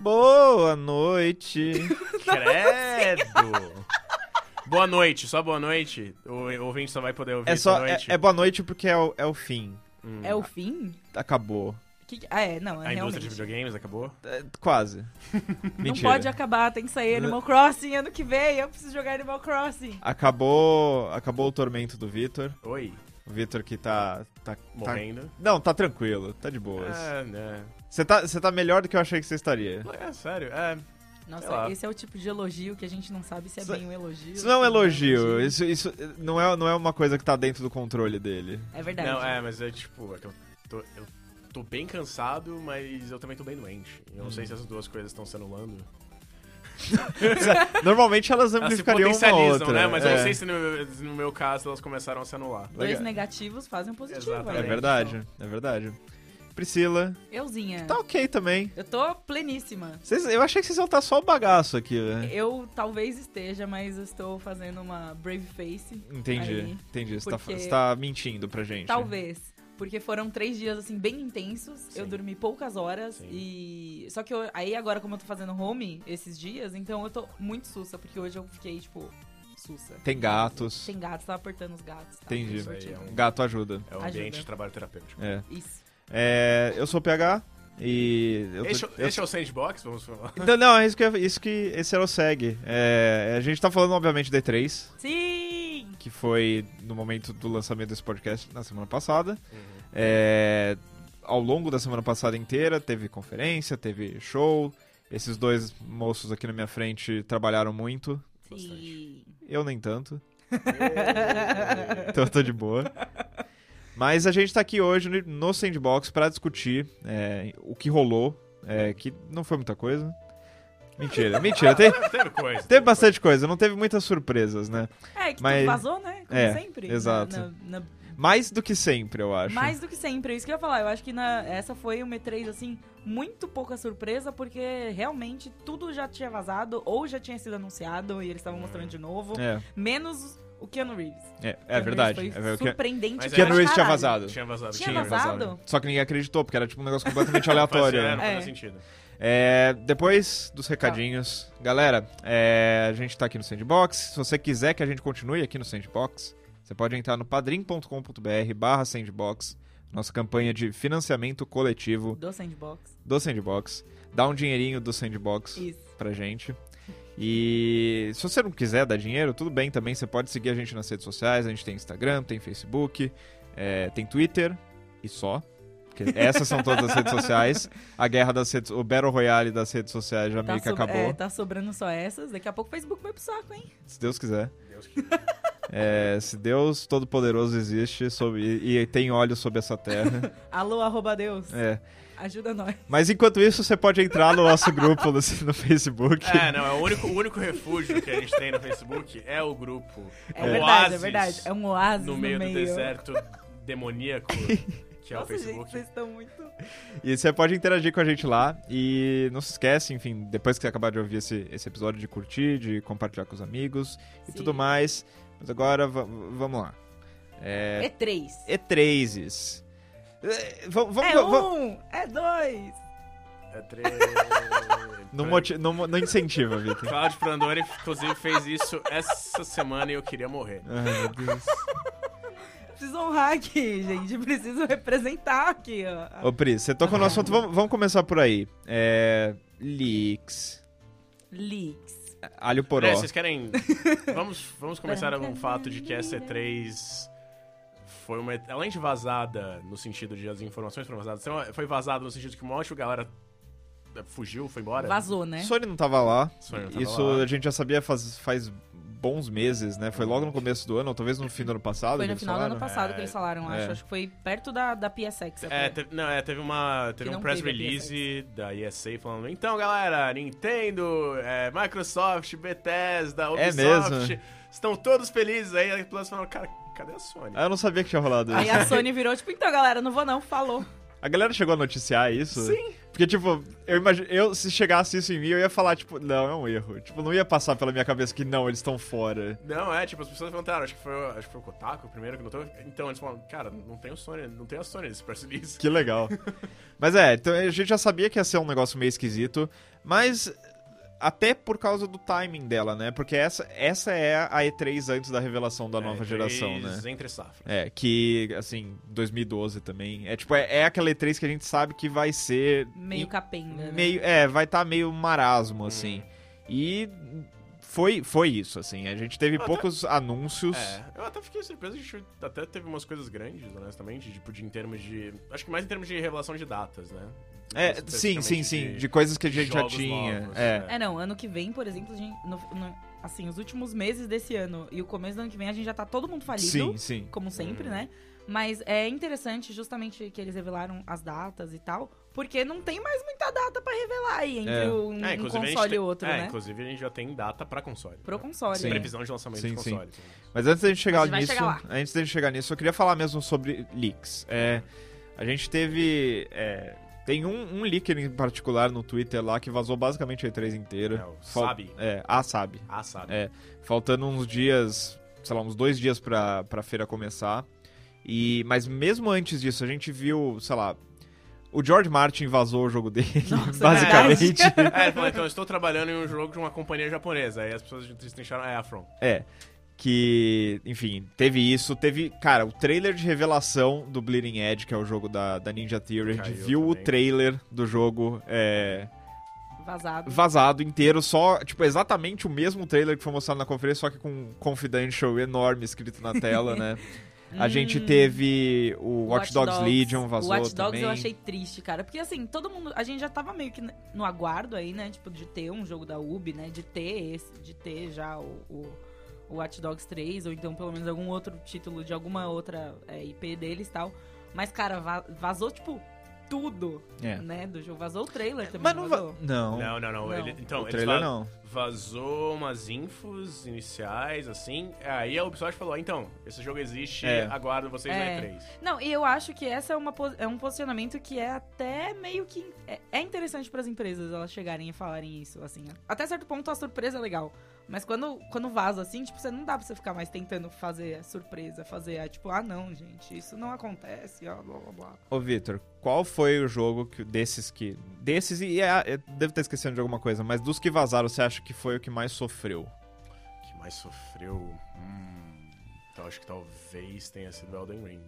Boa noite. Credo. Boa noite, só boa noite. O ouvinte só vai poder ouvir É só. boa É, noite. é boa noite porque é o, é o fim. Hum. É o fim? Acabou. Que que- Ah, é, não, é A indústria de realmente. videogames acabou? É, quase. Não Mentira. pode acabar, tem que sair Animal Crossing ano que vem, eu preciso jogar Animal Crossing. Acabou. Acabou o tormento do Vitor. Oi, O Vitor que tá. tá tá- morrendo. Não, tá tranquilo, tá de boas. Ah, né. Você tá, você tá melhor do que eu achei que você estaria. É sério, é. Sei Nossa, lá. esse é o tipo de elogio que a gente não sabe se é Isso- bem um elogio. Isso não é um se elogio, isso, isso não, é, não é uma coisa que tá dentro do controle dele. É verdade. Não, é, mas é tipo, é que eu tô, eu tô bem cansado, mas eu também tô bem doente. Eu não Hum. sei se as duas coisas estão se anulando. Normalmente elas Elas se amplificariam uma potencializam, outra. né? Mas eu é. não sei se no, no meu caso elas começaram a se anular. Dois legal. negativos fazem um positivo. Exatamente. É olha verdade, é verdade. Priscila, só. Euzinha. tá ok também. Eu tô pleníssima. Vocês- eu achei que vocês iam estar só o bagaço aqui, né? Eu talvez esteja, mas eu estou fazendo uma brave face. Entendi, É, Aí, entendi. Você, tá, porque- você tá mentindo pra gente. Talvez. Porque foram três dias, assim, bem intensos. Eu Sim. dormi poucas horas Sim. e... Só que eu- aí agora, como eu tô fazendo home esses dias, então eu tô muito sussa. Porque hoje eu fiquei, tipo, sussa. Tem gatos. Tem gatos, tava apertando os gatos. Tá? Entendi. Isso aí é um- Gato ajuda. É um Ajuda. ambiente de trabalho terapêutico. É. Isso. É, eu sou o PH e. Eu tô- Este, eu- este é o sandbox, vamos falar. Então, não, é isso que, eu- isso que esse era o SEG. É, a gente tá falando, obviamente, da E3, Sim! que foi no momento do lançamento desse podcast na semana passada. É, ao longo da semana passada inteira, teve conferência, teve show. Esses dois moços aqui na minha frente trabalharam muito. Sim. Eu nem tanto, então eu tô de boa. Mas a gente tá aqui hoje no- no Sandbox pra discutir é, o que rolou, é, que não foi muita coisa. Mentira, mentira. Tem, Teve coisa. Teve bastante coisa, não teve muitas surpresas, né? É, que Mas- tudo vazou, né? Como é, sempre. exato. Na- na- na- Mais do que sempre, eu acho. mais do que sempre, é isso que eu ia falar. Eu acho que na- essa foi uma E3, assim, muito pouca surpresa, porque realmente tudo já tinha vazado, ou já tinha sido anunciado, e eles estavam mostrando de novo. É, Menos o Keanu Reeves. é, é verdade. Foi É verdade. O Ke- surpreendente. Mas pra Keanu Reeves tinha caralho. vazado. Tinha vazado. Tinha vazado? Só que ninguém acreditou, porque era tipo um negócio completamente Não fazia- aleatório. né? Não fazia É. Tá sentido. É, depois dos recadinhos, galera, é, a gente tá aqui no Sandbox. Se você quiser que a gente continue aqui no Sandbox, você pode entrar no padrim.com.br barra Sandbox, nossa campanha de financiamento coletivo Do Sandbox. do Sandbox. Dá um dinheirinho do Sandbox. Isso. pra gente. E se você não quiser dar dinheiro, tudo bem também. Você pode seguir a gente nas redes sociais. A gente tem Instagram, tem Facebook, é, tem Twitter e só. Porque essas são todas as redes sociais. A guerra das redes, o Battle Royale das redes sociais já meio que sobra- acabou. é, tá sobrando só essas. Daqui a pouco o Facebook vai pro saco, hein? Se Deus quiser. Deus que- É, se Deus Todo-Poderoso existe sob- e, e tem olhos sobre essa terra. Alô, arroba Deus. é. Ajuda nós. Mas enquanto isso, você pode entrar no nosso grupo no, no Facebook. É, não, é o único, o único refúgio que a gente tem no Facebook é o grupo. É, um o verdade, é oásis verdade. É um oásis No meio, do deserto demoníaco que é o Nossa, gente, Facebook. vocês estão muito... E você pode interagir com a gente lá. E não se esquece, enfim, depois que você acabar de ouvir esse, esse episódio, de curtir, de compartilhar com os amigos e Sim. tudo mais. Mas agora, va- vamos lá. É, E3. E3s. É, va- vamos, É va- va- um, é dois. É três... Não, moti- não, mo- não incentiva, Vitor. Claudio Prandori, inclusive, fez isso essa semana e eu queria morrer. Ai, meu Deus. Preciso honrar aqui, gente. Preciso representar aqui, ó. Ô, Pri, você tocou no assunto, vamos, vamos começar por aí. É, leaks, Leaks. alho poró. É, vocês querem. Vamos, vamos começar com o fato de que essa E3 foi uma. Além de vazada, no sentido de as informações foram vazadas, então, foi vazada no sentido de que um monte de galera é, fugiu, foi embora. Vazou, né? Sony não tava lá. Sony não tava Isso lá. a gente já sabia faz, faz bons meses, né? Foi logo no começo do ano, ou talvez no fim do ano passado. que Foi no eles final do ano falaram. passado É, que eles falaram, é. acho. Acho que foi perto da, da PSX. até. É, teve, não, é, teve uma. Teve Que um não press teve a release da ESA falando, então galera, Nintendo, é, Microsoft, Bethesda, É Ubisoft, estão todos felizes aí. Aí a Plus falando, cara, cadê a Sony? Ah, eu não sabia que tinha rolado Aí isso. a Sony virou, tipo, então, galera, não vou não, falou. A galera chegou a noticiar isso? Sim. Porque, tipo, eu imagino. Eu, se chegasse isso em mim, eu ia falar, tipo, não, é um erro. Tipo, não ia passar pela minha cabeça que não, eles estão fora. Não, é, tipo, as pessoas perguntaram, acho que foi, acho que foi o Kotaku o primeiro que notou. Então, eles falaram, cara, não tem o Sony, não tem a Sony nesse press release. Que legal. mas é, então a gente já sabia que ia ser um negócio meio esquisito, mas até por causa do timing dela, né? Porque essa, essa é a E3 antes da revelação da nova É, geração, né? três Entre safra. É, que, assim, 2012 também. É tipo, é, é aquela E3 que a gente sabe que vai ser. Meio em- capenga, né? meio É, vai estar meio Hum. marasmo, assim. E foi, foi isso, assim. A gente teve Até- poucos anúncios. É, eu até fiquei surpreso, a gente até teve umas coisas grandes, honestamente, tipo, de, em termos de... Acho que mais em termos de revelação de datas, né? É, Não sim, sim, especificamente sim. De, coisas que a gente já jogos tinha. novos, é. né? É, não, ano que vem, por exemplo, a gente, no- no- assim, os últimos meses desse ano e o começo do ano que vem, a gente já tá todo mundo falido, Sim, sim. como sempre, Hum. né? Mas é interessante justamente que eles revelaram as datas e tal, porque não tem mais muita data pra revelar aí entre É. É, um, um inclusive a gente console e tem- outro, é, né? inclusive a gente já tem data pra console. Pro né? console. Sim. né? Previsão de lançamento Sim, de sim. console. Mas antes da gente chegar gente vai nisso, chegar lá. antes da gente chegar nisso, eu queria falar mesmo sobre leaks. É, a gente teve. é, tem um, um leaker em particular no Twitter lá que vazou basicamente a E3 inteira. É, o Fal- Sabe. É, a Sabe. Ah, sabe. É. Faltando uns dias, sei lá, uns dois dias pra, pra feira começar. E, mas mesmo antes disso, a gente viu, sei lá. O George Martin vazou o jogo dele, Nossa, basicamente. É, ele falou, então, eu estou trabalhando em um jogo de uma companhia japonesa. Aí as pessoas de Tristan acharam, é, Afron. É. Que, enfim, teve isso. Teve, cara, o trailer de revelação do Bleeding Edge, que é o jogo da, da Ninja Theory. a gente Caiu viu o também. trailer do jogo é, Vazado. vazado inteiro, só, tipo, exatamente o mesmo trailer que foi mostrado na conferência, só que com um confidential enorme escrito na tela, né? A gente teve o Watch Dogs, Legion vazou O Watch Hum. Dogs também. eu achei triste, cara. Porque assim, todo mundo. A gente já tava meio que no aguardo aí, né? Tipo, de ter um jogo da Ubi, né? De ter esse, de ter já o, o, o Watch Dogs 3, ou então pelo menos algum outro título de alguma outra é, IP deles e tal. Mas, cara, va- vazou, tipo, tudo, É. né? Do jogo. Vazou o trailer também. Mas não, va- vazou. não, Não, não, não. Não. Ele, então, o ele trailer va- não. vazou umas infos iniciais, assim. Aí a Ubisoft falou, ah, então, esse jogo existe, É. aguardo vocês É. na E3. Não, e eu acho que essa é, uma, pos- é um posicionamento que é até meio que. É, é interessante para as empresas elas chegarem e falarem isso, assim. Até certo ponto a surpresa é legal. Mas quando, quando vaza assim, tipo, você não dá pra você ficar mais tentando fazer a surpresa, fazer a tipo, ah não, gente, isso não acontece, ó, blá blá blá. Ô, Victor, qual foi o jogo que, desses que. Desses, e é, eu devo estar esquecendo de alguma coisa, mas dos que vazaram, você acha que foi o que mais sofreu? que mais sofreu? Hum, então acho que talvez tenha sido Elden Ring.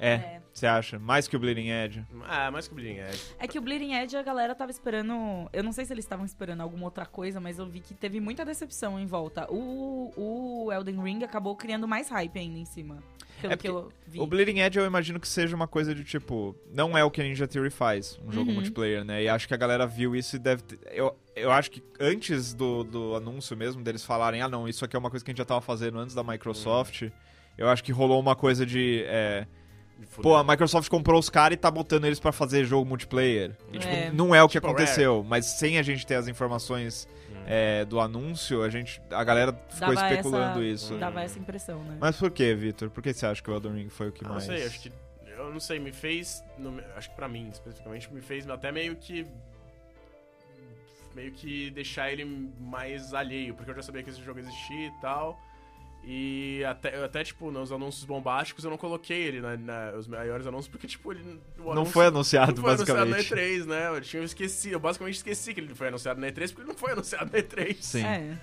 É, É. você acha? Mais que o Bleeding Edge? Ah, mais que o Bleeding Edge. É que o Bleeding Edge a galera tava esperando. Eu não sei se eles estavam esperando alguma outra coisa, mas eu vi que teve muita decepção em volta. O, o Elden Ring acabou criando mais hype ainda em cima. Pelo É que eu vi. O Bleeding Edge eu imagino que seja uma coisa de tipo. Não é o que a Ninja Theory faz, um jogo Uhum. multiplayer, né? E acho que a galera viu isso e deve ter. Eu, eu acho que antes do, do anúncio mesmo, deles falarem, ah não, isso aqui é uma coisa que a gente já tava fazendo antes da Microsoft. Eu acho que rolou uma coisa de. é, Pô, a Microsoft comprou os caras e tá botando eles pra fazer jogo multiplayer. E, tipo, É. não é o que Tipo, aconteceu, mas sem a gente ter as informações Hum. é, do anúncio, a gente a galera ficou Dava especulando essa- isso. Dava essa impressão, né? Mas por que, Vitor? Por que você acha que o Elden Ring foi o que Ah, mais? Não sei, acho que. Eu não sei, me fez. no- acho que pra mim, especificamente, me fez até meio que. Meio que deixar ele mais alheio, porque eu já sabia que esse jogo existia e tal. E até, eu até tipo, nos anúncios bombásticos eu não coloquei ele na, na- os maiores anúncios, porque, tipo, ele. o Não anúncio foi anunciado, não foi anunciado na basicamente. E3, né? Eu tinha esquecido, eu basicamente esqueci que ele foi anunciado na E3, porque ele não foi anunciado na E3. Sim. É.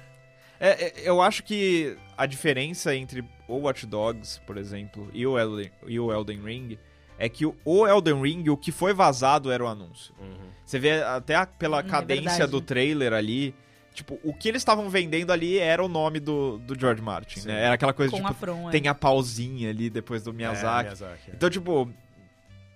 É, é, eu acho que a diferença entre o Watch Dogs, por exemplo, e o Elden, e o Elden Ring é que o- o Elden Ring, o que foi vazado era o anúncio. Uhum. Você vê até a- pela Hum, é cadência verdade. do trailer ali. Tipo, o que eles estavam vendendo ali era o nome do, do George Martin, Sim. né? Era aquela coisa, com é. tipo, a né? From. tem a pausinha ali depois do Miyazaki. É, Miyazaki. é. Então, tipo.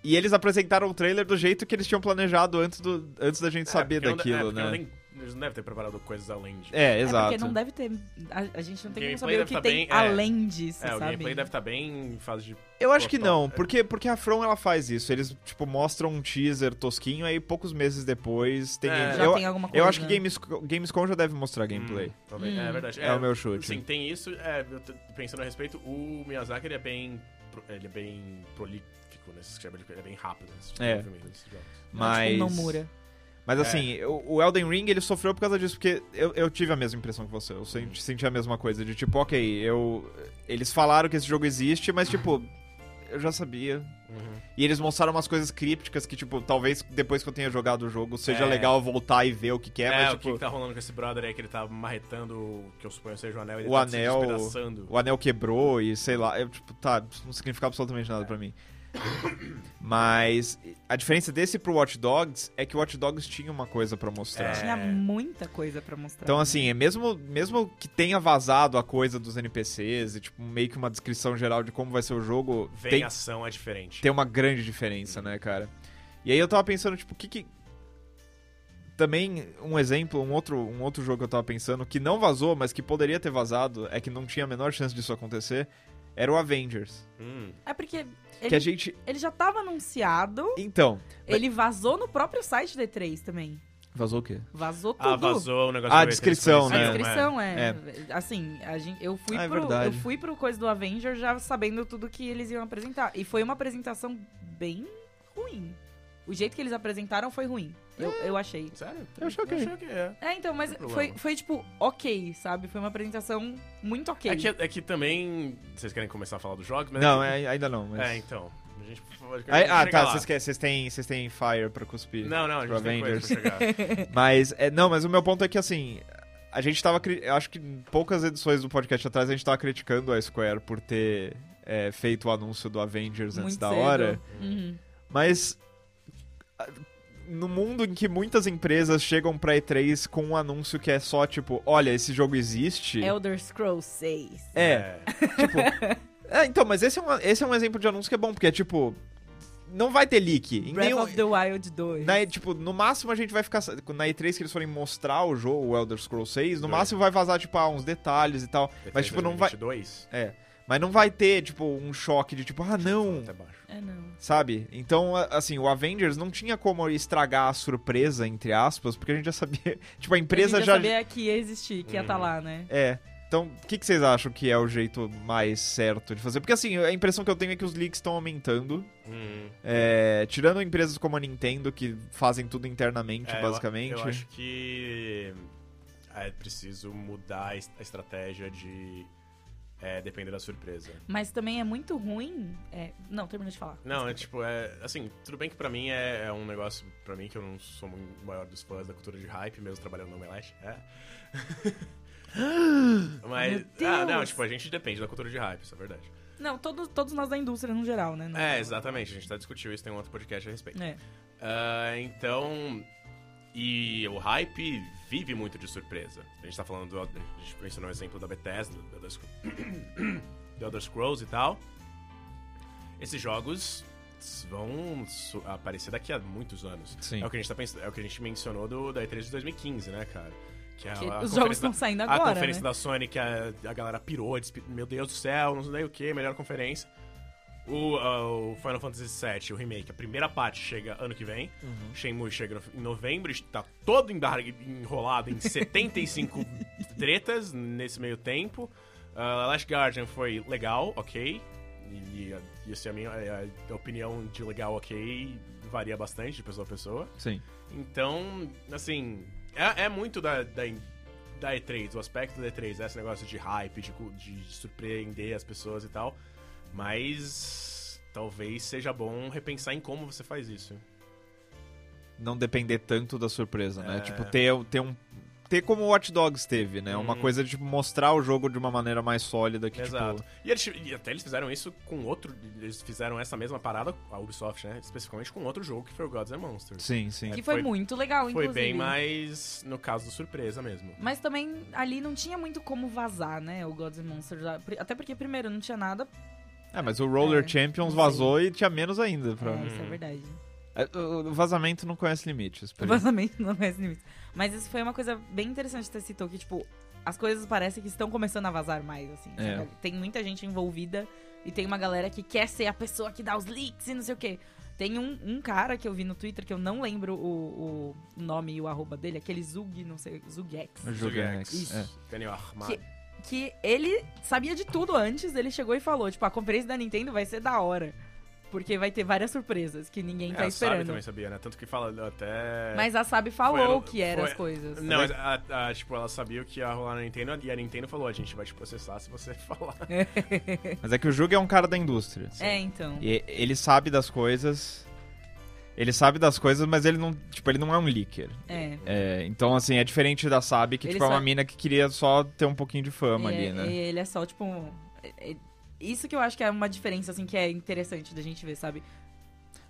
E eles apresentaram o trailer do jeito que eles tinham planejado antes, do, antes da gente É, saber porque não de- é, daquilo, porque não né? tem- eles não devem ter preparado coisas além disso. É, É exato. porque não deve ter. A, a gente não tem Gameplay como saber o deve que tá tem bem- é. além disso, É, o sabe? né? gameplay deve estar bem em fase de. Eu acho que Total, não, é. porque, porque a From ela faz isso. Eles, tipo, mostram um teaser tosquinho, aí poucos meses depois tem. É. game- Já eu, tem alguma coisa. Tipo eu acho que é Gamesco- Gamescom já deve mostrar gameplay. Hum, talvez. Hum. É verdade. é, o meu chute. Sim, tem isso. É, eu tô pensando a respeito, o Miyazaki ele é bem. pro- Ele é bem prolífico nesses ele é bem rápido nesses É. movimentos, nesses jogos. Não, tipo, Mas. Nomura. Mas É. assim, o o Elden Ring ele sofreu por causa disso, porque eu, eu tive a mesma impressão que você. Eu Hum. senti, senti a mesma coisa, de tipo, ok, eu. Eles falaram que esse jogo existe, mas tipo, eu já sabia. Uhum. E eles mostraram umas coisas crípticas que, tipo, talvez depois que eu tenha jogado o jogo seja É. legal voltar e ver o que, que é, É, mas o que, tipo, que tá rolando com esse brother aí que ele tá marretando o que eu suponho seja o anel ele O tá anel- se despedaçando. o anel quebrou e sei lá. Eu, tipo, tá, isso não significa absolutamente nada pra mim. Mas a diferença desse pro Watch Dogs é que o Watch Dogs tinha uma coisa pra mostrar. É. Tinha muita coisa pra mostrar. Então, assim, é mesmo, mesmo que tenha vazado a coisa dos NPCs e, tipo, meio que uma descrição geral de como vai ser o jogo, Vem tem, ação, é diferente. tem uma grande diferença, né, cara? E aí eu tava pensando, tipo, o que que... Também, um exemplo, um outro, um outro jogo que eu tava pensando, que não vazou, mas que poderia ter vazado, é que não tinha a menor chance disso acontecer, era o Avengers. Hum. É porque Que ele, a gente... ele já tava anunciado, Então... ele vazou no próprio site da E3 também. Vazou o quê? Vazou tudo. Ah, vazou o negócio A do E3 descrição, com esse A né? anel, descrição é. Assim, a gente, eu, fui Ah, é pro, eu verdade. fui pro coisa do Avenger já sabendo tudo que eles iam apresentar. E foi uma apresentação bem ruim. O jeito que eles apresentaram foi ruim. Eu, eu achei. Sério? Eu achei ok. que é. É, então, mas Não tem foi, problema. foi tipo, ok, sabe? Foi uma apresentação muito ok. É que, é que também. Vocês querem começar a falar dos jogos? Mas Não, é. é- ainda não, mas... Que... É, então. A gente pode. Aí- ah, chega tá, lá. vocês querem- vocês têm, vocês têm Fire pra cuspir. Não, não, a pro gente tem coisa Tipo, Avengers. pra chegar. Mas, é, não, mas o meu ponto é que, assim, a gente tava... cri- Eu acho que em poucas edições do podcast atrás a gente tava criticando a Square por ter é, feito o anúncio do Avengers antes muito da cedo. hora. Uhum. Mas, a- no mundo em que muitas empresas chegam pra E3 com um anúncio que é só, tipo, olha, esse jogo existe... Elder Scrolls 6. É, tipo... é, então, mas esse é, um, esse é um exemplo de anúncio que é bom, porque é, tipo... Não vai ter leak. Em Breath nenhum- of the Wild 2. Na, E- tipo, no máximo a gente vai ficar. Na E3 que eles forem mostrar o jogo, o Elder Scrolls 6, no É. máximo vai vazar, tipo, ah, uns detalhes e tal. Mas, tipo, não vai. 22? É. Mas não vai ter, tipo, um choque de tipo, ah, não. Até baixo. É, não. Sabe? Então, a- assim, o Avengers não tinha como estragar a surpresa, entre aspas, porque a gente já sabia. Tipo, a empresa a gente já. já sabia que ia existir, que ia estar Uhum. lá, né? É. Então, o que, que vocês acham que é o jeito mais certo de fazer? Porque, assim, a impressão que eu tenho é que os leaks estão aumentando. Hum. É, tirando empresas como a Nintendo, que fazem tudo internamente, É, eu- basicamente. Eu, acho que é preciso mudar a es- a estratégia de é, depender da surpresa. Mas também é muito ruim. é- Não, termina de falar. Não, é tipo, é. Assim, tudo bem que pra mim é, é um negócio. Pra mim, que eu não sou o maior dos fãs da cultura de hype, mesmo trabalhando no Omelete. É. Mas. Meu Ah, não, Deus. tipo, a gente depende da cultura de hype, isso é verdade. Não, todos, todos nós da indústria no geral, né? Não- É, exatamente, a gente tá discutindo isso, tem um outro podcast a respeito. É. Ah, então. E o hype vive muito de surpresa. A gente tá falando do. A gente mencionou o exemplo da Bethesda, do Elder, Scro- do Elder Scrolls e tal. Esses jogos vão su- aparecer daqui a muitos anos. Sim. É o que a gente, tá pens- é o que a gente mencionou do, da E3 de 2015, né, cara? Que, a, a Que os conferência jogos da- estão saindo a agora, conferência né? da Sony que a, a galera pirou, disse, meu Deus do céu, não sei o que, melhor conferência. O, ah, o Final Fantasy VII, o remake, a primeira parte chega ano que vem. Uhum. Shenmue chega no- em novembro, está todo embar- enrolado em 75 tretas nesse meio tempo. Ah, Last Guardian foi legal, ok. E, e, e assim, a minha a- a opinião de legal, ok, varia bastante de pessoa a pessoa. Sim. Então, assim, é, é muito da, da, da E3, o aspecto da E3, esse negócio de hype, de, cu- de surpreender as pessoas e tal. Mas talvez seja bom repensar em como você faz isso. não depender tanto da surpresa, né? É. Tipo, ter, ter um. Ter como o Watch Dogs teve, né? Uma Hum. coisa de tipo, mostrar o jogo de uma maneira mais sólida que, Exato. tipo. E, eles- e até eles fizeram isso com outro. Eles fizeram essa mesma parada, a Ubisoft, né? Especificamente com outro jogo que foi o Gods and Monsters. Sim, sim. Que foi, foi- muito legal, Foi inclusive. bem mais, no caso, surpresa mesmo. Mas também ali não tinha muito como vazar, né? O Gods and Monsters. Até porque, primeiro, não tinha nada. É, mas o Roller É. Champions Sim. vazou e tinha menos ainda. Pra... É, isso é verdade. É, O o vazamento não conhece limites. por O vazamento não é esse limite. Mas isso foi uma coisa bem interessante que você citou, que, tipo, as coisas parecem que estão começando a vazar mais, assim. É. sabe? Tem muita gente envolvida e tem uma galera que quer ser a pessoa que dá os leaks e não sei o quê. Tem um, um cara que eu vi no Twitter, que eu não lembro o, o nome e o arroba dele, aquele Zug, não sei, Zugex. enquanto. O jogo é Next, Isso. é. Daniel Armado. tá que ele sabia de tudo antes, ele chegou e falou, tipo, a conferência da Nintendo vai ser da hora. Porque vai ter várias surpresas que ninguém tá É, a Sabe esperando. também sabia, né? Tanto que fala até. Mas a Sabe falou Foi- que eram foi- as coisas. Não, mas a- a- tipo, ela sabia o que ia rolar na Nintendo e a Nintendo falou: a gente vai te processar se você falar. Mas é que o Jugo é um cara da indústria. É, então. E ele sabe das coisas. Ele sabe das coisas, mas ele não. Tipo, ele não é um leaker. É. É, então, assim, é diferente da Sabe, que Ele tipo, é só- uma mina que queria só ter um pouquinho de fama E ali, é- né? e ele é só, tipo. um- é- é- Isso que eu acho que é uma diferença, assim, que é interessante da gente ver, sabe?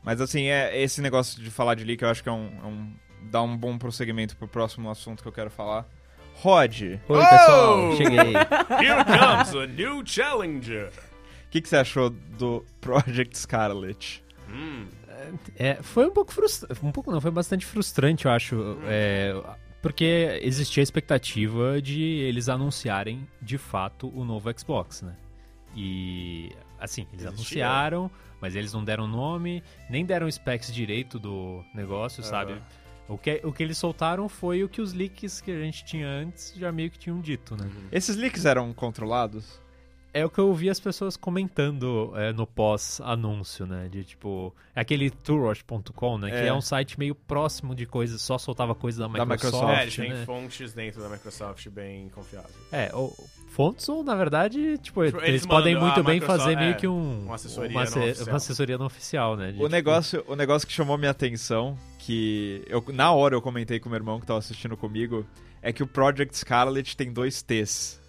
Mas assim, é esse negócio de falar de leak, eu acho que é um, é um- dá um bom prosseguimento pro próximo assunto que eu quero falar. Rod, Oi, Oh! pessoal, cheguei. Here comes a new challenger! o que, que você achou do Project Scarlet? Hum, É, foi um pouco frustrante. Um pouco não, foi bastante frustrante, eu acho. é, porque existia a expectativa de eles anunciarem de fato o novo Xbox, né? E assim, eles Existia. anunciaram, mas eles não deram nome, nem deram specs direito do negócio, sabe? O que, o que eles soltaram foi o que os leaks que a gente tinha antes já meio que tinham dito, né? Esses leaks eram controlados? É o que eu ouvi as pessoas comentando é, no pós-anúncio, né? De tipo, aquele tourwatch.com, né? É. Que é um site meio próximo de coisas, só soltava coisa da Da Microsoft. Microsoft, é, eles têm né? fontes dentro da Microsoft bem confiáveis. É, ou, fontes ou, na verdade, tipo, Tipo, eles, eles podem mandam, muito a bem Microsoft- fazer meio é, que um, uma assessoria uma, não asse- oficial. uma assessoria não oficial, né? De, O tipo, negócio, o negócio que chamou minha atenção, que eu, na hora eu comentei com meu irmão que tava assistindo comigo, é que o Project Scarlet tem dois T's.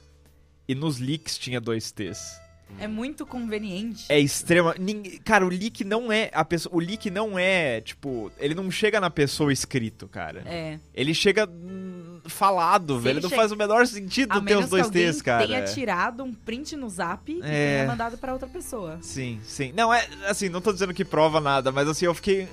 E nos leaks tinha dois T's. É muito conveniente. É extrema. nin- Cara, o leak não é. A pessoa... O leak não é, tipo. Ele não chega na pessoa escrito, cara. É. Ele chega hum, falado, Se velho. ele Não chega- faz o menor sentido ter A os menos dois que alguém T's, cara. tenha tirado um print no zap e É. tenha mandado pra outra pessoa. Sim, sim. Não, é assim, não tô dizendo que prova nada, mas assim, eu fiquei.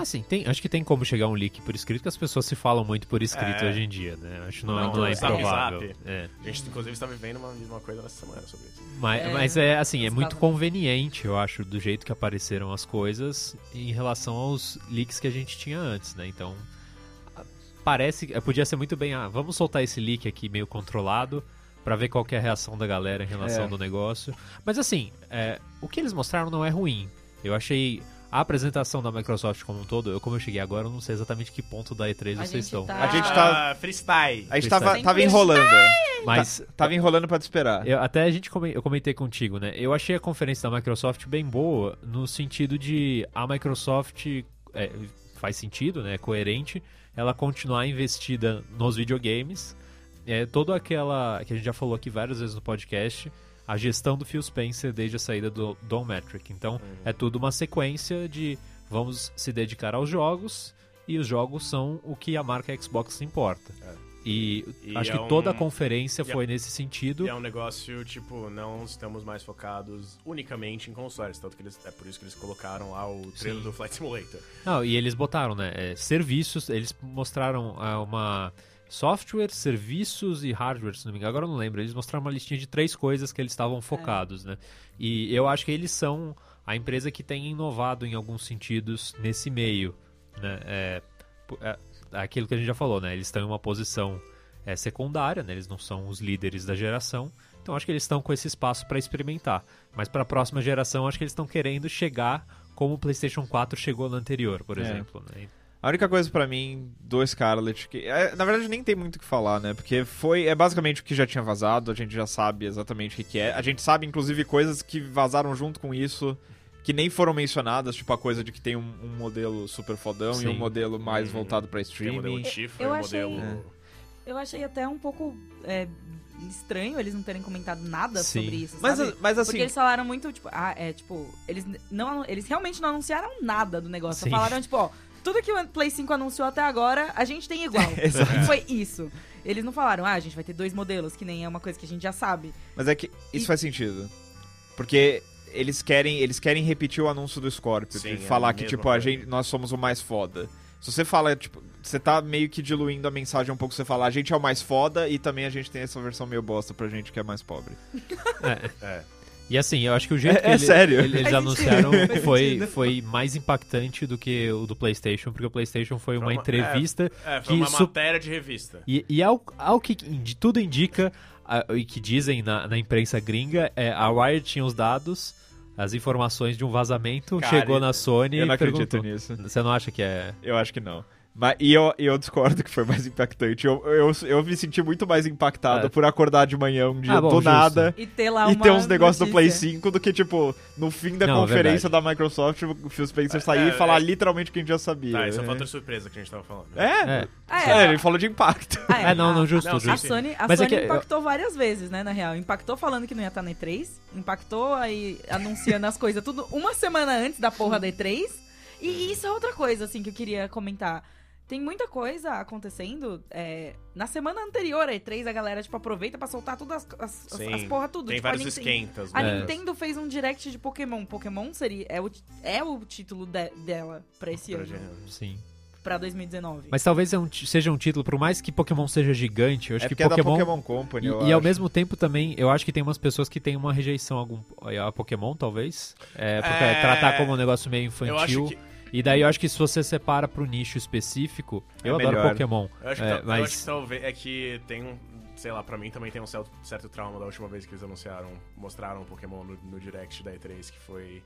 Ah, sim, tem, acho que tem como chegar um leak por escrito, que as pessoas se falam muito por escrito É. hoje em dia, né? Acho que não, Muito não é zap, improvável. zap. É. A gente, inclusive, está vivendo uma, uma coisa essa semana sobre isso. Mas É, é, mas é assim, é eles muito falam. conveniente, eu acho, do jeito que apareceram as coisas em relação aos leaks que a gente tinha antes, né? Então, a- parece que podia ser muito bem, ah, vamos soltar esse leak aqui meio controlado pra ver qual que é a reação da galera em relação É. do negócio. Mas assim, é, o que eles mostraram não é ruim. Eu achei a apresentação da Microsoft como um todo, eu como eu cheguei agora, eu não sei exatamente que ponto da E3 A gente vocês estão. tá- A gente tá- Ah, freestyle! A gente tava, Sem tava Deus. enrolando. Mas Tava enrolando pra te esperar. É. Eu- até a gente come- eu comentei contigo, né? Eu achei a conferência da Microsoft bem boa no sentido de a Microsoft é, faz sentido, né? É coerente ela continuar investida nos videogames. É, toda aquela que a gente já falou aqui várias vezes no podcast, a gestão do Phil Spencer desde a saída do Don Metric. Então, Uhum. é tudo uma sequência de vamos se dedicar aos jogos e os jogos são o que a marca Xbox importa. E, É. E acho é que toda a um- conferência e é- foi nesse sentido. E é um negócio, tipo, não estamos mais focados unicamente em consoles. Tanto que eles, é por isso que eles colocaram lá o trailer Sim. do Flight Simulator. é Não, e eles botaram, né? é, serviços, eles mostraram ah, uma software, serviços e hardware, se não me engano. Agora eu não lembro. Eles mostraram uma listinha de três coisas que eles estavam focados, né? E eu acho que eles são a empresa que tem inovado em alguns sentidos nesse meio, né? É, pu- é, aquilo que a gente já falou, né? Eles estão em uma posição é, secundária, né? Eles não são os líderes da geração. Então acho que eles estão com esse espaço para experimentar. Mas para a próxima geração, acho que eles estão querendo chegar como o PlayStation 4 chegou no anterior, por É. exemplo. né? A única coisa pra mim do Scarlet, que é, na verdade nem tem muito o que falar, né? Porque foi é basicamente o que já tinha vazado, a gente já sabe exatamente o que, que é. A gente sabe inclusive coisas que vazaram junto com isso que nem foram mencionadas, tipo a coisa de que tem um, um modelo super fodão e um Sim. modelo mais Hum, voltado pra Tem o modelo streaming. Tifa, Eu o achei- modelo... Eu achei até um pouco é, estranho eles não terem comentado nada Sim. sobre isso. Mas, sabe? mas assim, Porque eles falaram muito, tipo, ah, é, tipo, eles n- não eles realmente não anunciaram nada do negócio. Só Sim. Falaram, tipo, ó, tudo que o Play 5 anunciou até agora, a gente tem igual. Exato. Foi isso. Eles não falaram, ah, a gente vai ter dois modelos, que nem é uma coisa que a gente já sabe. mas é que isso E- faz sentido. Porque eles querem, eles querem repetir o anúncio do Scorpio, Sim, de é a falar que mesma tipo a coisa. gente, nós somos o mais foda. Se você fala, tipo, você tá meio que diluindo a mensagem um pouco, você fala, a gente é o mais foda e também a gente tem essa versão meio bosta pra gente que é mais pobre. É. E assim, eu acho que o jeito É- que é ele- sério. ele- eles Faz anunciaram sentido. Faz foi, sentido. foi mais impactante do que o do PlayStation, porque o PlayStation foi uma uma- é. entrevista É, foi Que uma isso- matéria de revista. E, e ao, ao que indi- tudo indica, a- e que dizem na, na imprensa gringa, é, a Wired tinha os dados, as informações de um vazamento, Cara, chegou na Sony eu não e perguntou. acredito nisso. Você não acha que é... Eu acho que não. Mas, e eu, e eu discordo que foi mais impactante. Eu, eu, eu me senti muito mais impactado É. por acordar de manhã um dia Ah, bom, do justo. nada E ter lá e Tá uma ter uns negócios do Play notícia. 5 do que, tipo, no fim da Não, é conferência da Microsoft, o Phil Spencer sair é, e falar é. literalmente o que a gente já sabia. Tá, esse é o É. fator surpresa que a gente tava falando. É, É, Ah, É, é. ele falou de impacto. Ah, é, não, não, Ah, justo, não, A justo. sim. Sony, a Mas é Sony que eu- impactou várias vezes, né, na real. Impactou falando que não ia estar na E3, impactou aí anunciando as coisas tudo uma semana antes da porra da E3. Uhum. E isso é outra coisa, assim, que eu queria comentar. Tem muita coisa acontecendo. é, na semana anterior à E3, a galera, tipo, aproveita pra soltar todas as, as, Sim, as porra tudo. Tem tipo, vários a Nintendo- esquentas. a né? Nintendo fez um direct de Pokémon. Pokémon seria, é, o, ti- é o título de- dela pra esse É. Pra ano, gente. Sim. pra 2019. Mas talvez é um ti- seja um título, por mais que Pokémon seja gigante, eu acho é que porque é da Pokémon... Pokémon Company, E, eu e ao acho. mesmo tempo também, eu acho que tem umas pessoas que têm uma rejeição a, algum, a Pokémon, talvez. É, porque É. tratar como um negócio meio infantil. Eu acho que, E daí eu acho que se você separa pro nicho específico, É eu adoro melhor. Pokémon. eu acho que, É, tal- eu mas- acho que talvez. É que tem um. Sei lá, pra mim também tem um certo, certo trauma da última vez que eles anunciaram, mostraram o Pokémon no, no direct da E3, que foi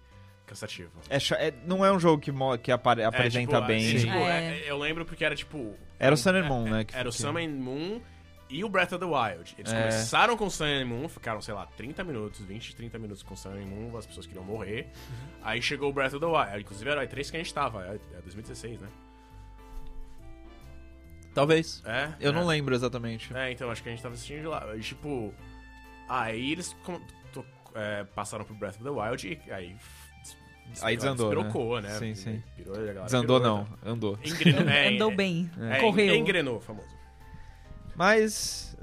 cansativo. É cha- é- não é um jogo que, mo- que apare- É, apresenta tipo, bem. assim, tipo, É. é- eu lembro porque era tipo. Era o Sun and Moon, né? que- Era o que- Sun and Moon e o Breath of the Wild. Eles É. começaram com Sun and Moon, ficaram, sei lá, 30 minutos, 20, 30 minutos com Sun and Moon, as pessoas queriam morrer. Uhum. Aí chegou o Breath of the Wild. Inclusive era a E3 que a gente tava, é é 2016, né? Talvez. É? Eu é. não lembro exatamente. É, então, acho que a gente tava assistindo de lá. E, tipo, aí eles com- to- é, passaram pro Breath of the Wild e aí... Aí desandou, né? Despirocou, né? Sim, sim. Pirou, a galera Desandou pirou, não, tá? andou. Engrenou, é, Andou é, bem, é, correu. Engrenou, famoso. Mas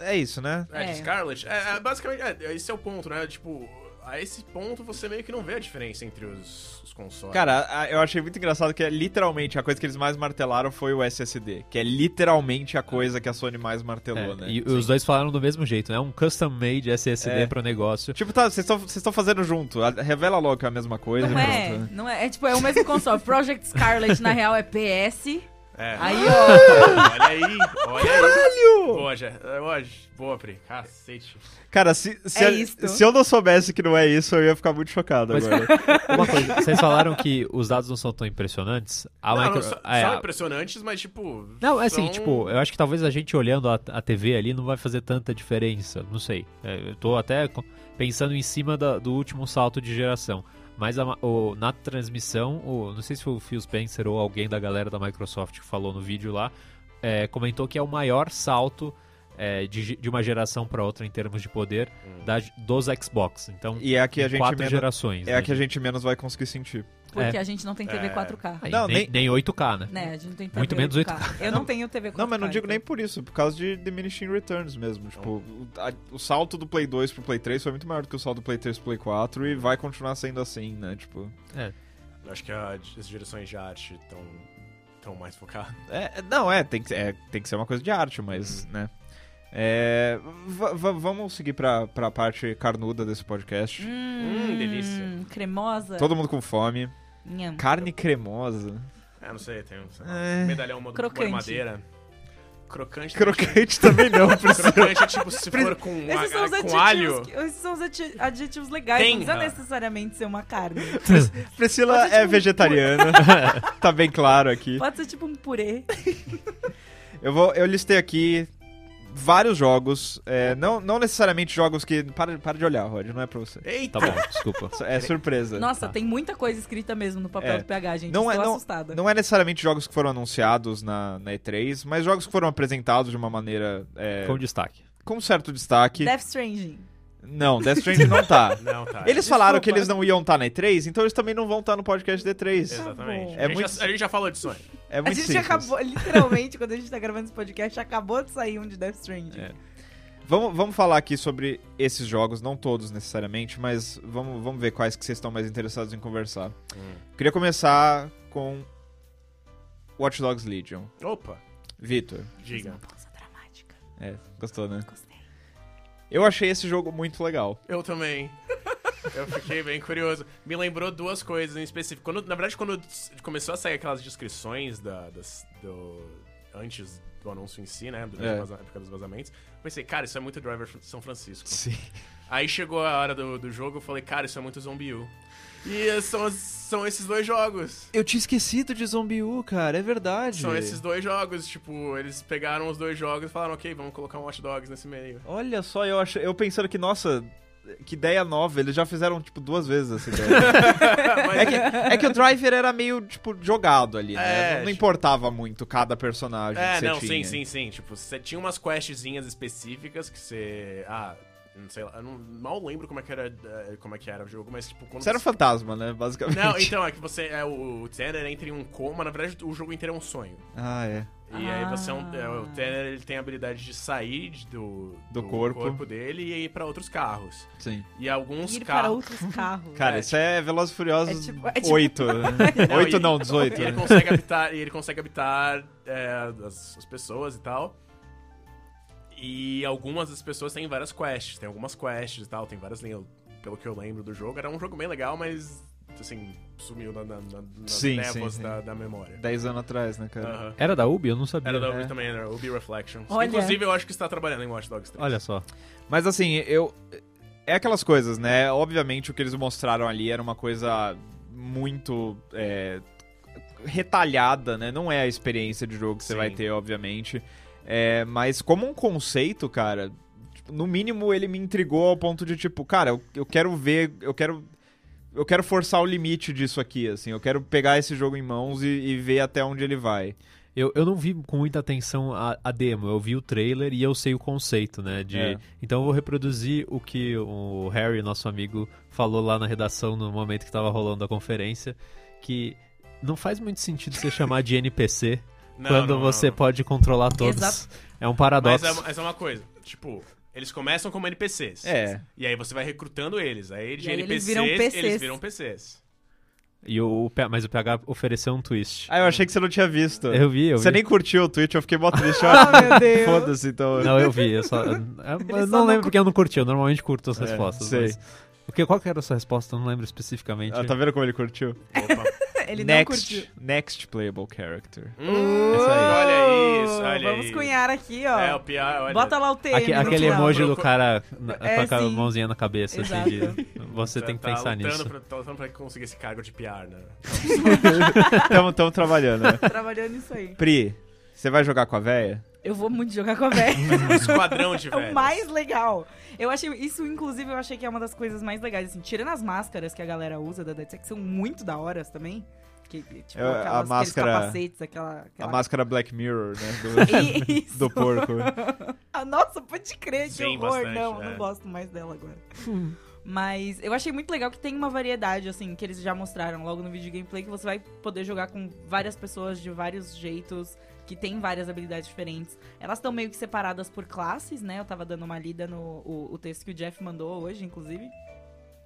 é, é isso, né? É, É. de Scarlet. É, é, basicamente, é, esse é o ponto, né? Tipo, a esse ponto você meio que não vê a diferença entre os, os consoles. Cara, a- eu achei muito engraçado que é literalmente a coisa que eles mais martelaram foi o SSD, que é literalmente a coisa que a Sony mais Tá martelou, É, né? E os dois falaram do mesmo jeito, né? Um custom made SSD É. pro negócio. Tipo, tá, vocês estão- vocês estão fazendo junto. a- Revela logo que é a mesma coisa Não e é, pronto. não é. É tipo, é o mesmo console. Project Scarlet, na real, é PS. É. Aí, ó. Olha aí, olha aí. Boa, já. é, Boa, Jé. boa, Pri. Cacete. Cara, se, se, É isto. se eu não soubesse que não é isso, eu ia ficar muito chocado Mas- agora. Uma coisa, vocês falaram que os dados não são tão impressionantes. A não, micro- não, são, é, são a- impressionantes, mas tipo. Não, é assim, são- tipo, eu acho que talvez a gente olhando a, a TV ali não vai fazer tanta diferença, não sei. É, eu tô até co- pensando em cima da- do último salto de geração. Mas a ma- o- na transmissão, o- não sei se foi o Phil Spencer ou alguém da galera da Microsoft que falou no vídeo lá, é, comentou que é o maior salto é, de, ge- de uma geração para outra em termos de poder da- dos Xbox. Então, E é a que a em gente quatro menos- gerações. É né? a que a gente menos vai conseguir sentir. Porque a gente não tem TV É. 4K. Aí, Não, nem, nem 8K, né? Né, a gente não tem TV Muito menos 8K. Eu não tenho TV 4K. Não, mas não digo nem então. por isso, por causa de diminishing returns mesmo. Tipo, o, a- o salto do Play 2 pro Play 3 foi muito maior do que o salto do Play 3 pro Play 4 e vai continuar sendo assim, né? Tipo. eu Acho que a- as direções de arte estão tão mais focadas. É, é- não, é tem, que, é, tem que ser uma coisa de arte, mas, Uhum. né? É, va- va- vamos seguir pra, pra parte carnuda desse podcast. Hum, Hum, delícia. Cremosa. Todo mundo com fome. Nham. Carne cremosa. É, não sei, tem um sei lá, É. medalhão modo Crocante. madeira. Crocante. tipo, Crocante também não, precisa. Crocante, é tipo, se for com, Um Esses são, os a, com adjetivos alho. que- esses são os adi- adjetivos legais, Tem, não precisa ah. né? necessariamente ser uma carne. Priscila Pode ser é tipo- vegetariana. tá bem claro aqui. Pode ser tipo um purê. Tá. Eu, vou, eu listei aqui vários jogos. é, não, não necessariamente jogos que. Para, para de olhar, Rod, não é pra você. Eita! Tá bom, desculpa. Su- É surpresa. Nossa, Tá. tem muita coisa escrita mesmo no papel É. do PH, gente. Não é- Estou não- assustada. Não é necessariamente jogos que foram anunciados na, na E3, mas jogos que foram apresentados de uma maneira. é, Com destaque. com certo destaque. Death Stranding. Não, Death Stranding não tá. Não, tá. Eles falaram Desculpa. que eles não iam estar na E3, então eles também não vão estar no podcast da E3. Exatamente. É a, gente muito- já, a gente já falou de Sony. É A muito gente simples. acabou, literalmente, quando a gente tá gravando esse podcast, acabou de sair um de Death Stranding. É. Vamos, vamos falar aqui sobre esses jogos, não todos necessariamente, mas vamos, vamos ver quais que vocês estão mais interessados em conversar. Hum. Queria começar com Watch Dogs Legion. Opa, Vitor, Fiz diga. Uma pausa dramática. é, gostou, né? Gostei. Eu achei esse jogo muito legal. Eu também. Eu fiquei bem curioso. Me lembrou duas coisas em específico. Quando, na verdade, quando s- começou a sair aquelas descrições da, das, do. Antes do do anúncio em si, né? Durante É. a vaza- época dos vazamentos. Pensei, cara, isso é muito Driver São Francisco. Sim. Aí chegou a hora do, do jogo, eu falei, cara, isso é muito Zombie U. E são, as- são esses dois jogos. Eu tinha esquecido de Zombie U, cara, é verdade. São esses dois jogos, tipo, eles pegaram os dois jogos e falaram, ok, vamos colocar um Watch Dogs nesse meio. Olha só, eu, achei, eu pensando que, nossa, que ideia nova. Eles já fizeram, tipo, duas vezes essa ideia. Ah, Mas é, que, é que o Driver era meio, tipo, jogado ali, né? É, não, não tipo- importava muito cada personagem que É, você não, tinha. sim, sim, sim. Tipo, você tinha umas questzinhas específicas que você. Ah, não sei lá. Eu não, mal lembro como é que era, eh, como é que era o jogo, mas tipo, quando. Você era um fantasma, né, basicamente. Não, então, é que você. É, o o Tanner entra em um coma. Na verdade, o jogo inteiro é um sonho. Ah, é. E aí você é um. é, Ah. o Tanner ele tem a habilidade de sair de- do, Do corpo. dele e ir pra outros carros. Sim. E alguns Ir para carros. outros carros. Cara, É, isso é Velozes e Furiosos É tipo- é tipo- 8. né? Não, 8 e- não, 18. E é ele né? consegue habitar, e ele consegue habitar é, as, as pessoas e tal. E algumas das pessoas têm várias quests, tem algumas quests e tal, tem várias linhas. Pelo que eu lembro do jogo, era um jogo bem legal, mas assim, sumiu na, na, na, nas Sim, névoas sim, sim. Da, da memória. 10 anos atrás, né, cara? Aham. Era da Ubi? Eu não sabia. Era da Ubi É. também, era Ubi Reflections. Né? Olha. Inclusive, eu acho que está trabalhando em Watch Dogs 3. Olha só. Mas assim, eu. É aquelas coisas, né? Obviamente o que eles mostraram ali era uma coisa muito. é, retalhada, né? Não é a experiência de jogo que você Sim. vai ter, obviamente. É, mas como um conceito, cara, tipo, no mínimo ele me intrigou ao ponto de, tipo, cara, eu, eu quero ver, eu quero. Eu quero forçar o limite disso aqui, assim. Eu quero pegar esse jogo em mãos e, e ver até onde ele vai. Eu, eu não vi com muita atenção a, a demo, eu vi o trailer e eu sei o conceito, né? De, É. Então eu vou reproduzir o que o Harry, nosso amigo, falou lá na redação no momento que tava rolando a conferência, que não faz muito sentido você chamar de NPC Não, quando não, não, você não. pode controlar todos. Exato. É um Mas paradoxo. é, mas é uma coisa, tipo, eles começam como NPCs. É. E aí você vai recrutando eles. Aí de E aí NPCs, eles viram PCs. eles viram PCs. E o, o P- mas o PH ofereceu um twist. Ah, eu achei que você não tinha visto. Eu vi, eu vi. Você nem curtiu o tweet, eu fiquei mó triste. Eu- Ah, meu Deus. Foda-se, então. Não, eu vi. Eu, só, eu- eu só não não lembro cur- porque eu não curti. Eu normalmente curto as É, respostas. sei. Mas... O que, qual que era a sua resposta? Eu não lembro especificamente. Ah, tá vendo como ele curtiu? Opa. Ele não curtiu. next, next playable character. Hum, Isso aí. Olha isso, Uh, olha Vamos isso. cunhar aqui, ó. É, o pior, olha. Bota lá o TM. Aque- no aquele final. emoji do Procura- cara na- É, com a sim. mãozinha na cabeça, assim, de, você tá- tem que tá pensar lutando nisso. Pra, tá lutando pra conseguir esse cargo de PR, né? Estamos trabalhando, né? Tá Trabalhando nisso aí. Pri, você vai jogar com a véia? Eu vou muito jogar com a velha. Um esquadrão de É o velhos. mais legal. Eu achei isso, inclusive, eu achei que é uma das coisas mais legais. Assim, tirando as máscaras que a galera usa da Dead Tech, que são muito da horas também. Que, que, tipo, É, a aquelas, aqueles máscara- capacetes, aquela. A aquela... máscara Black Mirror, né? Isso. Do, do porco. Ah, Nossa, pode crer, que Sim, horror. bastante, não, é. não gosto mais dela agora. Mas eu achei muito legal que tem uma variedade, assim, que eles já mostraram logo no vídeo gameplay, que você vai poder jogar com várias pessoas de vários jeitos, que tem várias habilidades diferentes. Elas estão meio que separadas por classes, né? Eu tava dando uma lida no o, o texto que o Jeff mandou hoje, inclusive,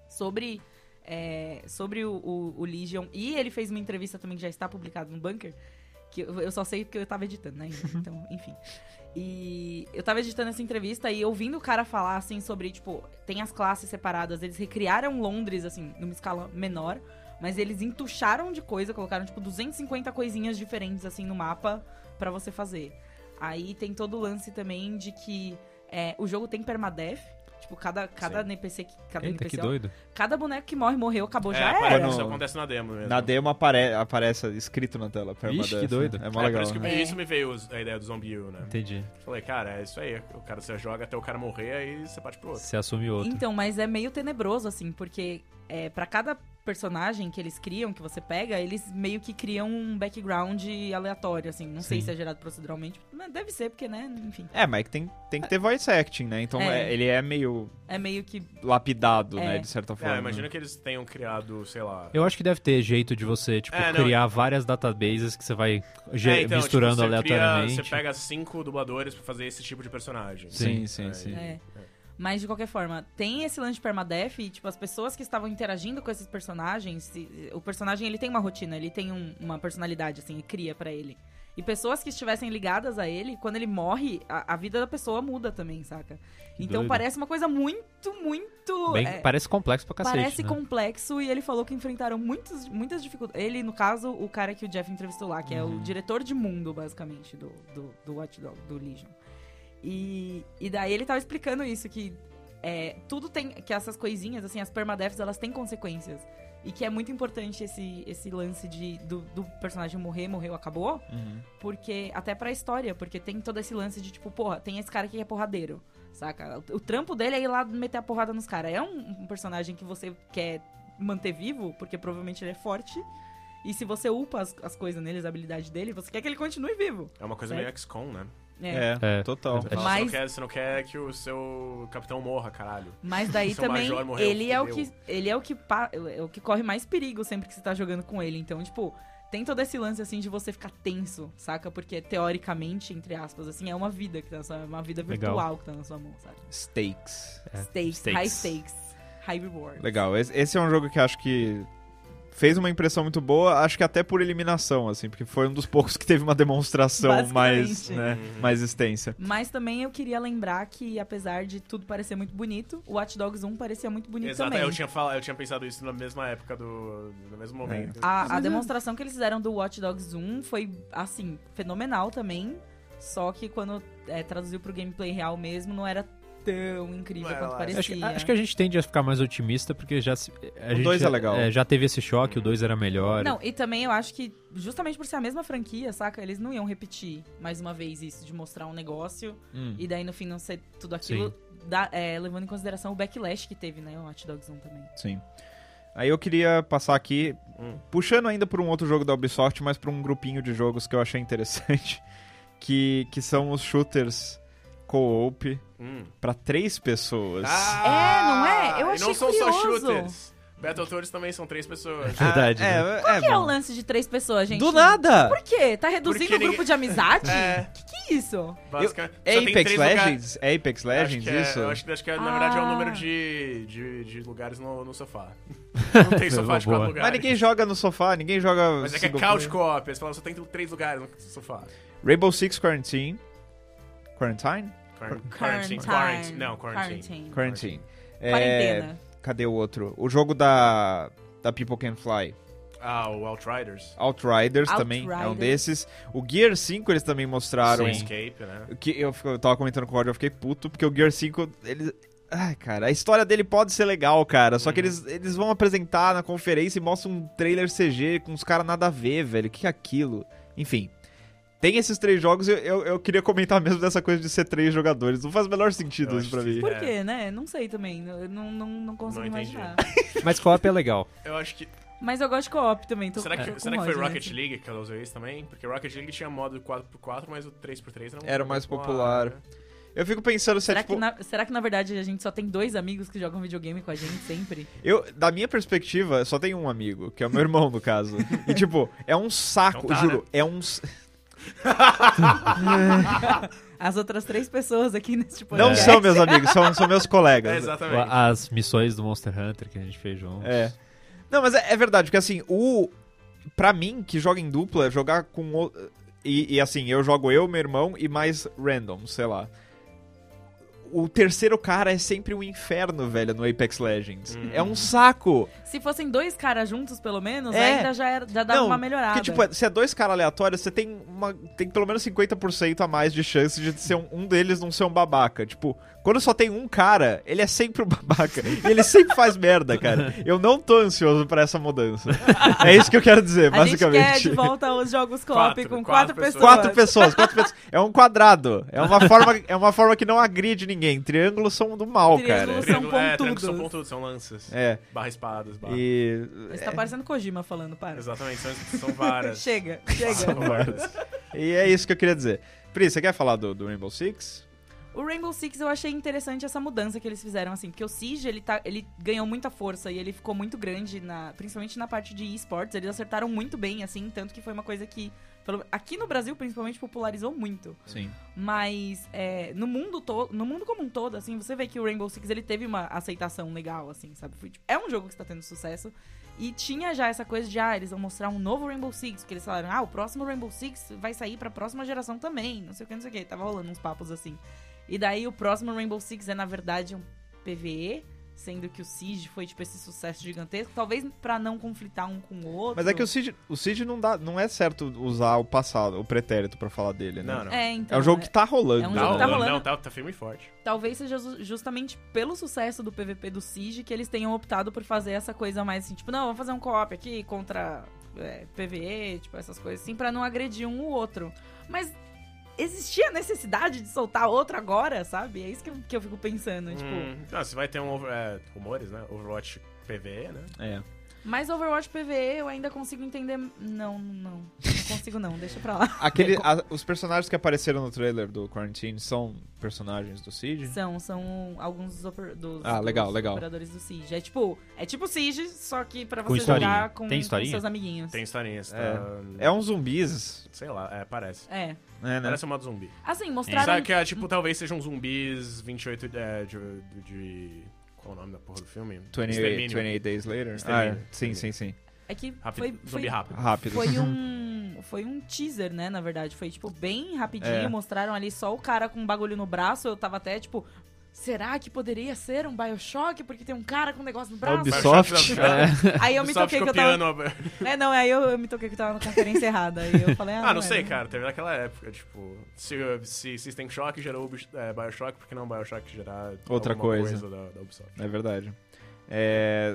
sobre. é, sobre o, o- o Legion. E ele fez uma entrevista também que já está publicada no Bunker. Que eu, eu só sei porque eu tava editando, né? Uhum. Então, enfim. E eu tava editando essa entrevista e ouvindo o cara falar, assim, sobre, tipo, tem as classes separadas, eles recriaram Londres, assim, numa escala menor, mas eles entucharam de coisa, colocaram, tipo, 250 coisinhas diferentes, assim, no mapa pra você fazer. Aí tem todo o lance também de que é, o jogo tem permadeath, tipo, cada, cada Sim. NPC, que- cada Eita, que NPC, ó, doido. cada boneco que morre, morreu, acabou, É, já apare- era. quando- Isso acontece na demo mesmo. Na demo apare- aparece escrito na tela. permadeath, que doido. né? É mó é, legal. por isso que né? me- É. isso me veio os- a ideia do Zombie U, né? Entendi. Falei, cara, é isso aí. O cara você joga até o cara morrer, aí você bate pro outro. Você assume outro. Então, mas é meio tenebroso, assim, porque é, para cada personagem que eles criam, que você pega, eles meio que criam um background aleatório, assim. Não sei Sim. se é gerado proceduralmente, mas deve ser, porque, né, enfim. É, mas que tem, tem que ter voice acting, né? Então É. é- ele é meio É meio que. lapidado, É. né? De certa É, forma. imagina que eles tenham criado, sei lá. Eu acho que deve ter jeito de você, tipo, É, não, criar várias databases que você vai ge- É, então, misturando tipo, você cria- aleatoriamente. você pega cinco dubladores pra fazer esse tipo de personagem. Sim, sim, sim. É. Mas, de qualquer forma, tem esse lance de permadeath e, tipo, as pessoas que estavam interagindo com esses personagens... se- o personagem, ele tem uma rotina, ele tem um- uma personalidade, assim, e cria pra ele. E pessoas que estivessem ligadas a ele, quando ele morre, a, a vida da pessoa muda também, saca? Que então doido. parece uma coisa muito, muito. Bem- é, Parece complexo pra cacete. Parece né? complexo e ele falou que enfrentaram muitos, muitas dificuldades. Ele, no caso, o cara que o Jeff entrevistou lá, que é Uhum. o diretor de mundo, basicamente, do, do, do Watch Dog- do Legion. E, e daí ele tava explicando isso, que é, tudo tem. que essas coisinhas, assim, as permadeaths, elas têm consequências. E que é muito importante esse, esse lance de, do, do personagem morrer, morreu, acabou. Uhum. Porque, até pra história, porque tem todo esse lance de tipo, porra, tem esse cara que é porradeiro, saca? O, o trampo dele é ir lá meter a porrada nos caras. É um, um personagem que você quer manter vivo, porque provavelmente ele é forte. E se você upa as, as coisas neles, a habilidade dele, você quer que ele continue vivo. É uma coisa Certo. meio XCOM, né? É. É, É. total. Você, fala, Mas- você, não quer, você não quer que o seu capitão morra, caralho. Mas daí Seu também, major morreu, ele é, o que, fudeu. ele é o que pa- é o que corre mais perigo sempre que você tá jogando com ele. Então, tipo, tem todo esse lance, assim, de você ficar tenso, saca? Porque, teoricamente, entre aspas, assim, é uma vida que tá na sua... Uma vida Legal. virtual que tá na sua mão, sabe? Stakes. É. Stakes, Stakes. high stakes, high reward. Legal. Esse, esse é um jogo que acho que fez uma impressão muito boa, acho que até por eliminação, assim, porque foi um dos poucos que teve uma demonstração mais, né, Basicamente. Uhum. mais extensa. Mas também eu queria lembrar que, apesar de tudo parecer muito bonito, o Watch Dogs 1 parecia muito bonito é, Exato, é, também. eu tinha, fal... eu tinha pensado isso na mesma época do. no mesmo É. momento. A, a demonstração que eles fizeram do Watch Dogs 1 foi, assim, fenomenal também. Só que quando é, traduziu pro gameplay real mesmo, não era tão incrível Não era quanto lá. parecia. Acho que, é acho que a gente tende a ficar mais otimista, porque já se- a O gente dois já, é legal. já teve esse choque, o 2 era melhor. Não, e também eu acho que, justamente por ser a mesma franquia, saca? Eles não iam repetir mais uma vez isso, de mostrar um negócio Hum. e daí no fim não ser tudo aquilo, dá- é, levando em consideração o backlash que teve, né? O Hot Dogs 1 também. Sim. Aí eu queria passar aqui, Hum. puxando ainda por um outro jogo da Ubisoft, mas para um grupinho de jogos que eu achei interessante, que, que são os shooters co-op Hum. para três pessoas. Ah, É, não é? Eu e achei não são só curioso. shooters. Battletoads também são três pessoas. Ah, Verdade, é, é, que é o bom. lance de três pessoas, gente? Do nada! Por quê? Tá reduzindo Porque o grupo ninguém- de amizade? É. Que que é isso? Basicamente. É Só tem Apex três lugares- Legends? É Apex Legends acho que é- isso? eu acho, que- acho que, na verdade, é o Ah. número de, de, de lugares no, no sofá. Não tem sofá de Boa. quatro Mas lugares. ninguém joga né? no sofá, ninguém joga. Mas é que é single couch player. co-op. Eles falam só tem três lugares no sofá. Rainbow Six Quarantine. Quarantine? Quar- Quarantine. Quarantine. Não, quarantine. Quarantine. É, Quarentena. cadê o outro? O jogo da, da People Can Fly. Ah, o Outriders. Outriders também é um Outriders. desses. O Gear 5 eles também mostraram. Sim. Escape, né? Que eu, fico- eu tava comentando com o Rod, eu fiquei puto, porque o Gear 5, eles. Ai, cara, a história dele pode ser legal, cara. Só que Uhum. eles, eles vão apresentar na conferência e mostram um trailer CG com os caras nada a ver, velho. O que é aquilo? Enfim. Tem esses três jogos, eu, eu, eu queria comentar mesmo dessa coisa de ser três jogadores. Não faz o menor sentido Eu isso acho pra que mim. Por É. quê, né? Não sei também. Eu não, não, não consigo Não entendi. imaginar. Mas co-op é legal. Eu acho que. Mas eu gosto de co-op também. Tô será que, com será que foi ódio, né? Rocket League que ela usou isso também? Porque Rocket League tinha modo 4x4, mas o 3x3 era, um Era pouco mais popular. né? Eu fico pensando se é, Será, tipo, que na, será que na verdade a gente só tem dois amigos que jogam videogame com a gente sempre? Eu, da minha perspectiva, só tem um amigo, que é o meu irmão, no caso. E, tipo, é um saco, Então tá, juro. né? É um. s- As outras três pessoas aqui neste Não podcast. são meus amigos, são, são meus É, colegas. exatamente. As missões do Monster Hunter que a gente fez junto. É. Não, mas é, é verdade, porque assim, o. Pra mim, que joga em dupla, jogar com. O... E, e, assim, eu jogo eu, meu irmão e mais random, sei lá. O terceiro cara é sempre um inferno, velho, no Apex Legends. Hum. É um saco. Se fossem dois caras juntos, pelo menos, É. ainda já, era, já dava Não, uma melhorada. Porque, tipo, se é dois caras aleatórios, você tem uma. Tem pelo menos 50% a mais de chance de ser um, um deles não ser um babaca. Tipo, quando só tem um cara, ele é sempre um babaca. e ele sempre faz merda, cara. Eu não tô ansioso pra essa mudança. é isso que eu quero dizer, a gente quer basicamente. de volta aos jogos co-op Quatro, com quatro quatro, pessoas. pessoas. Quatro pessoas, quatro pessoas. É um quadrado. É uma forma, é uma forma que não agride ninguém. Triângulos são do mal, Triângulos cara. são Triângulo- é, triângulos são pontudos. pontudos, são lanças. É. Barra espadas, barra. E. Isso tá parecendo Kojima falando, para. Exatamente, são, são várias. Chega, chega. São várias. E é isso que eu queria dizer. Pri, você quer falar do, do Rainbow Six? O Rainbow Six eu achei interessante essa mudança que eles fizeram, assim, porque o Siege, ele, tá, ele ganhou muita força e ele ficou muito grande, na, principalmente na parte de esportes, eles acertaram muito bem, assim, tanto que foi uma coisa que pelo- aqui no Brasil, principalmente, popularizou muito. Sim. Mas é, no mundo to, no mundo como um todo, assim, você vê que o Rainbow Six ele teve uma aceitação legal, assim, sabe? Foi, tipo, é um jogo que está tendo sucesso. E tinha já essa coisa de, ah, eles vão mostrar um novo Rainbow Six, porque eles falaram, ah, o próximo Rainbow Six vai sair pra próxima geração também, não sei o que, não sei o que. Tava rolando uns papos assim. E daí o próximo Rainbow Six é, na verdade, um PVE, sendo que o Siege foi, tipo, esse sucesso gigantesco. Talvez pra não conflitar um com o outro. Mas é que o Cid, o Cid não, dá, não é certo usar o passado, o pretérito pra falar dele, né? Não, não. É, então, É um jogo é- que tá rolando. é um né? jogo que tá rolando. Não, tá, tá firme e forte. Talvez seja ju- justamente pelo sucesso do PVP do Siege que eles tenham optado por fazer essa coisa mais assim, tipo, não, vamos fazer um co-op aqui contra é, PVE, tipo, essas coisas assim, pra não agredir um o outro. Mas existia necessidade de soltar outro agora, sabe? É isso que eu, que eu fico pensando, tipo... Hum, não, você vai ter um over, é, rumores, né? Overwatch PVE, né? É. Mas Overwatch PVE eu ainda consigo entender... Não, não, não. Não consigo não, deixa pra lá. Aquele, a- os personagens que apareceram no trailer do Quarantine são personagens do Cid? São, são alguns dos, oper- dos- Ah, legal, dos legal. operadores do Siege. É tipo, é tipo Siege, só que pra Com você historinha. jogar com, Tem com historinha? seus amiguinhos. Tem historinha, tá... É uns zumbis, Sei lá, é, parece. É. né? né? Parece um modo zumbi. Assim, mostraram. Sabe que, é, tipo, talvez sejam zumbis 28 é, de, de, de- Qual é o nome da porra do filme? 28, Extermínio. 28 Days Later? Extermínio. Ah, é. sim, sim, sim. É que Rápido, foi, zumbi foi, rápido. Rápido. foi um. Foi um teaser, né? Na verdade. Foi, tipo, bem rapidinho. É. Mostraram ali só o cara com um bagulho no braço. Eu tava até, tipo. Será que poderia ser um Bioshock? Porque tem um cara com um negócio no braço. Ubisoft. Aí É. eu me toquei que eu tava. copiando a- É, não, aí eu, eu me toquei que eu tava na conferência errada. Aí eu falei, ah, Ah, não sei, era. cara. Teve naquela época, tipo... Se, se System Shock gerou Ubi- é, Bioshock, por que não Bioshock gerar... Outra alguma coisa. da, da Ubisoft. É verdade. É...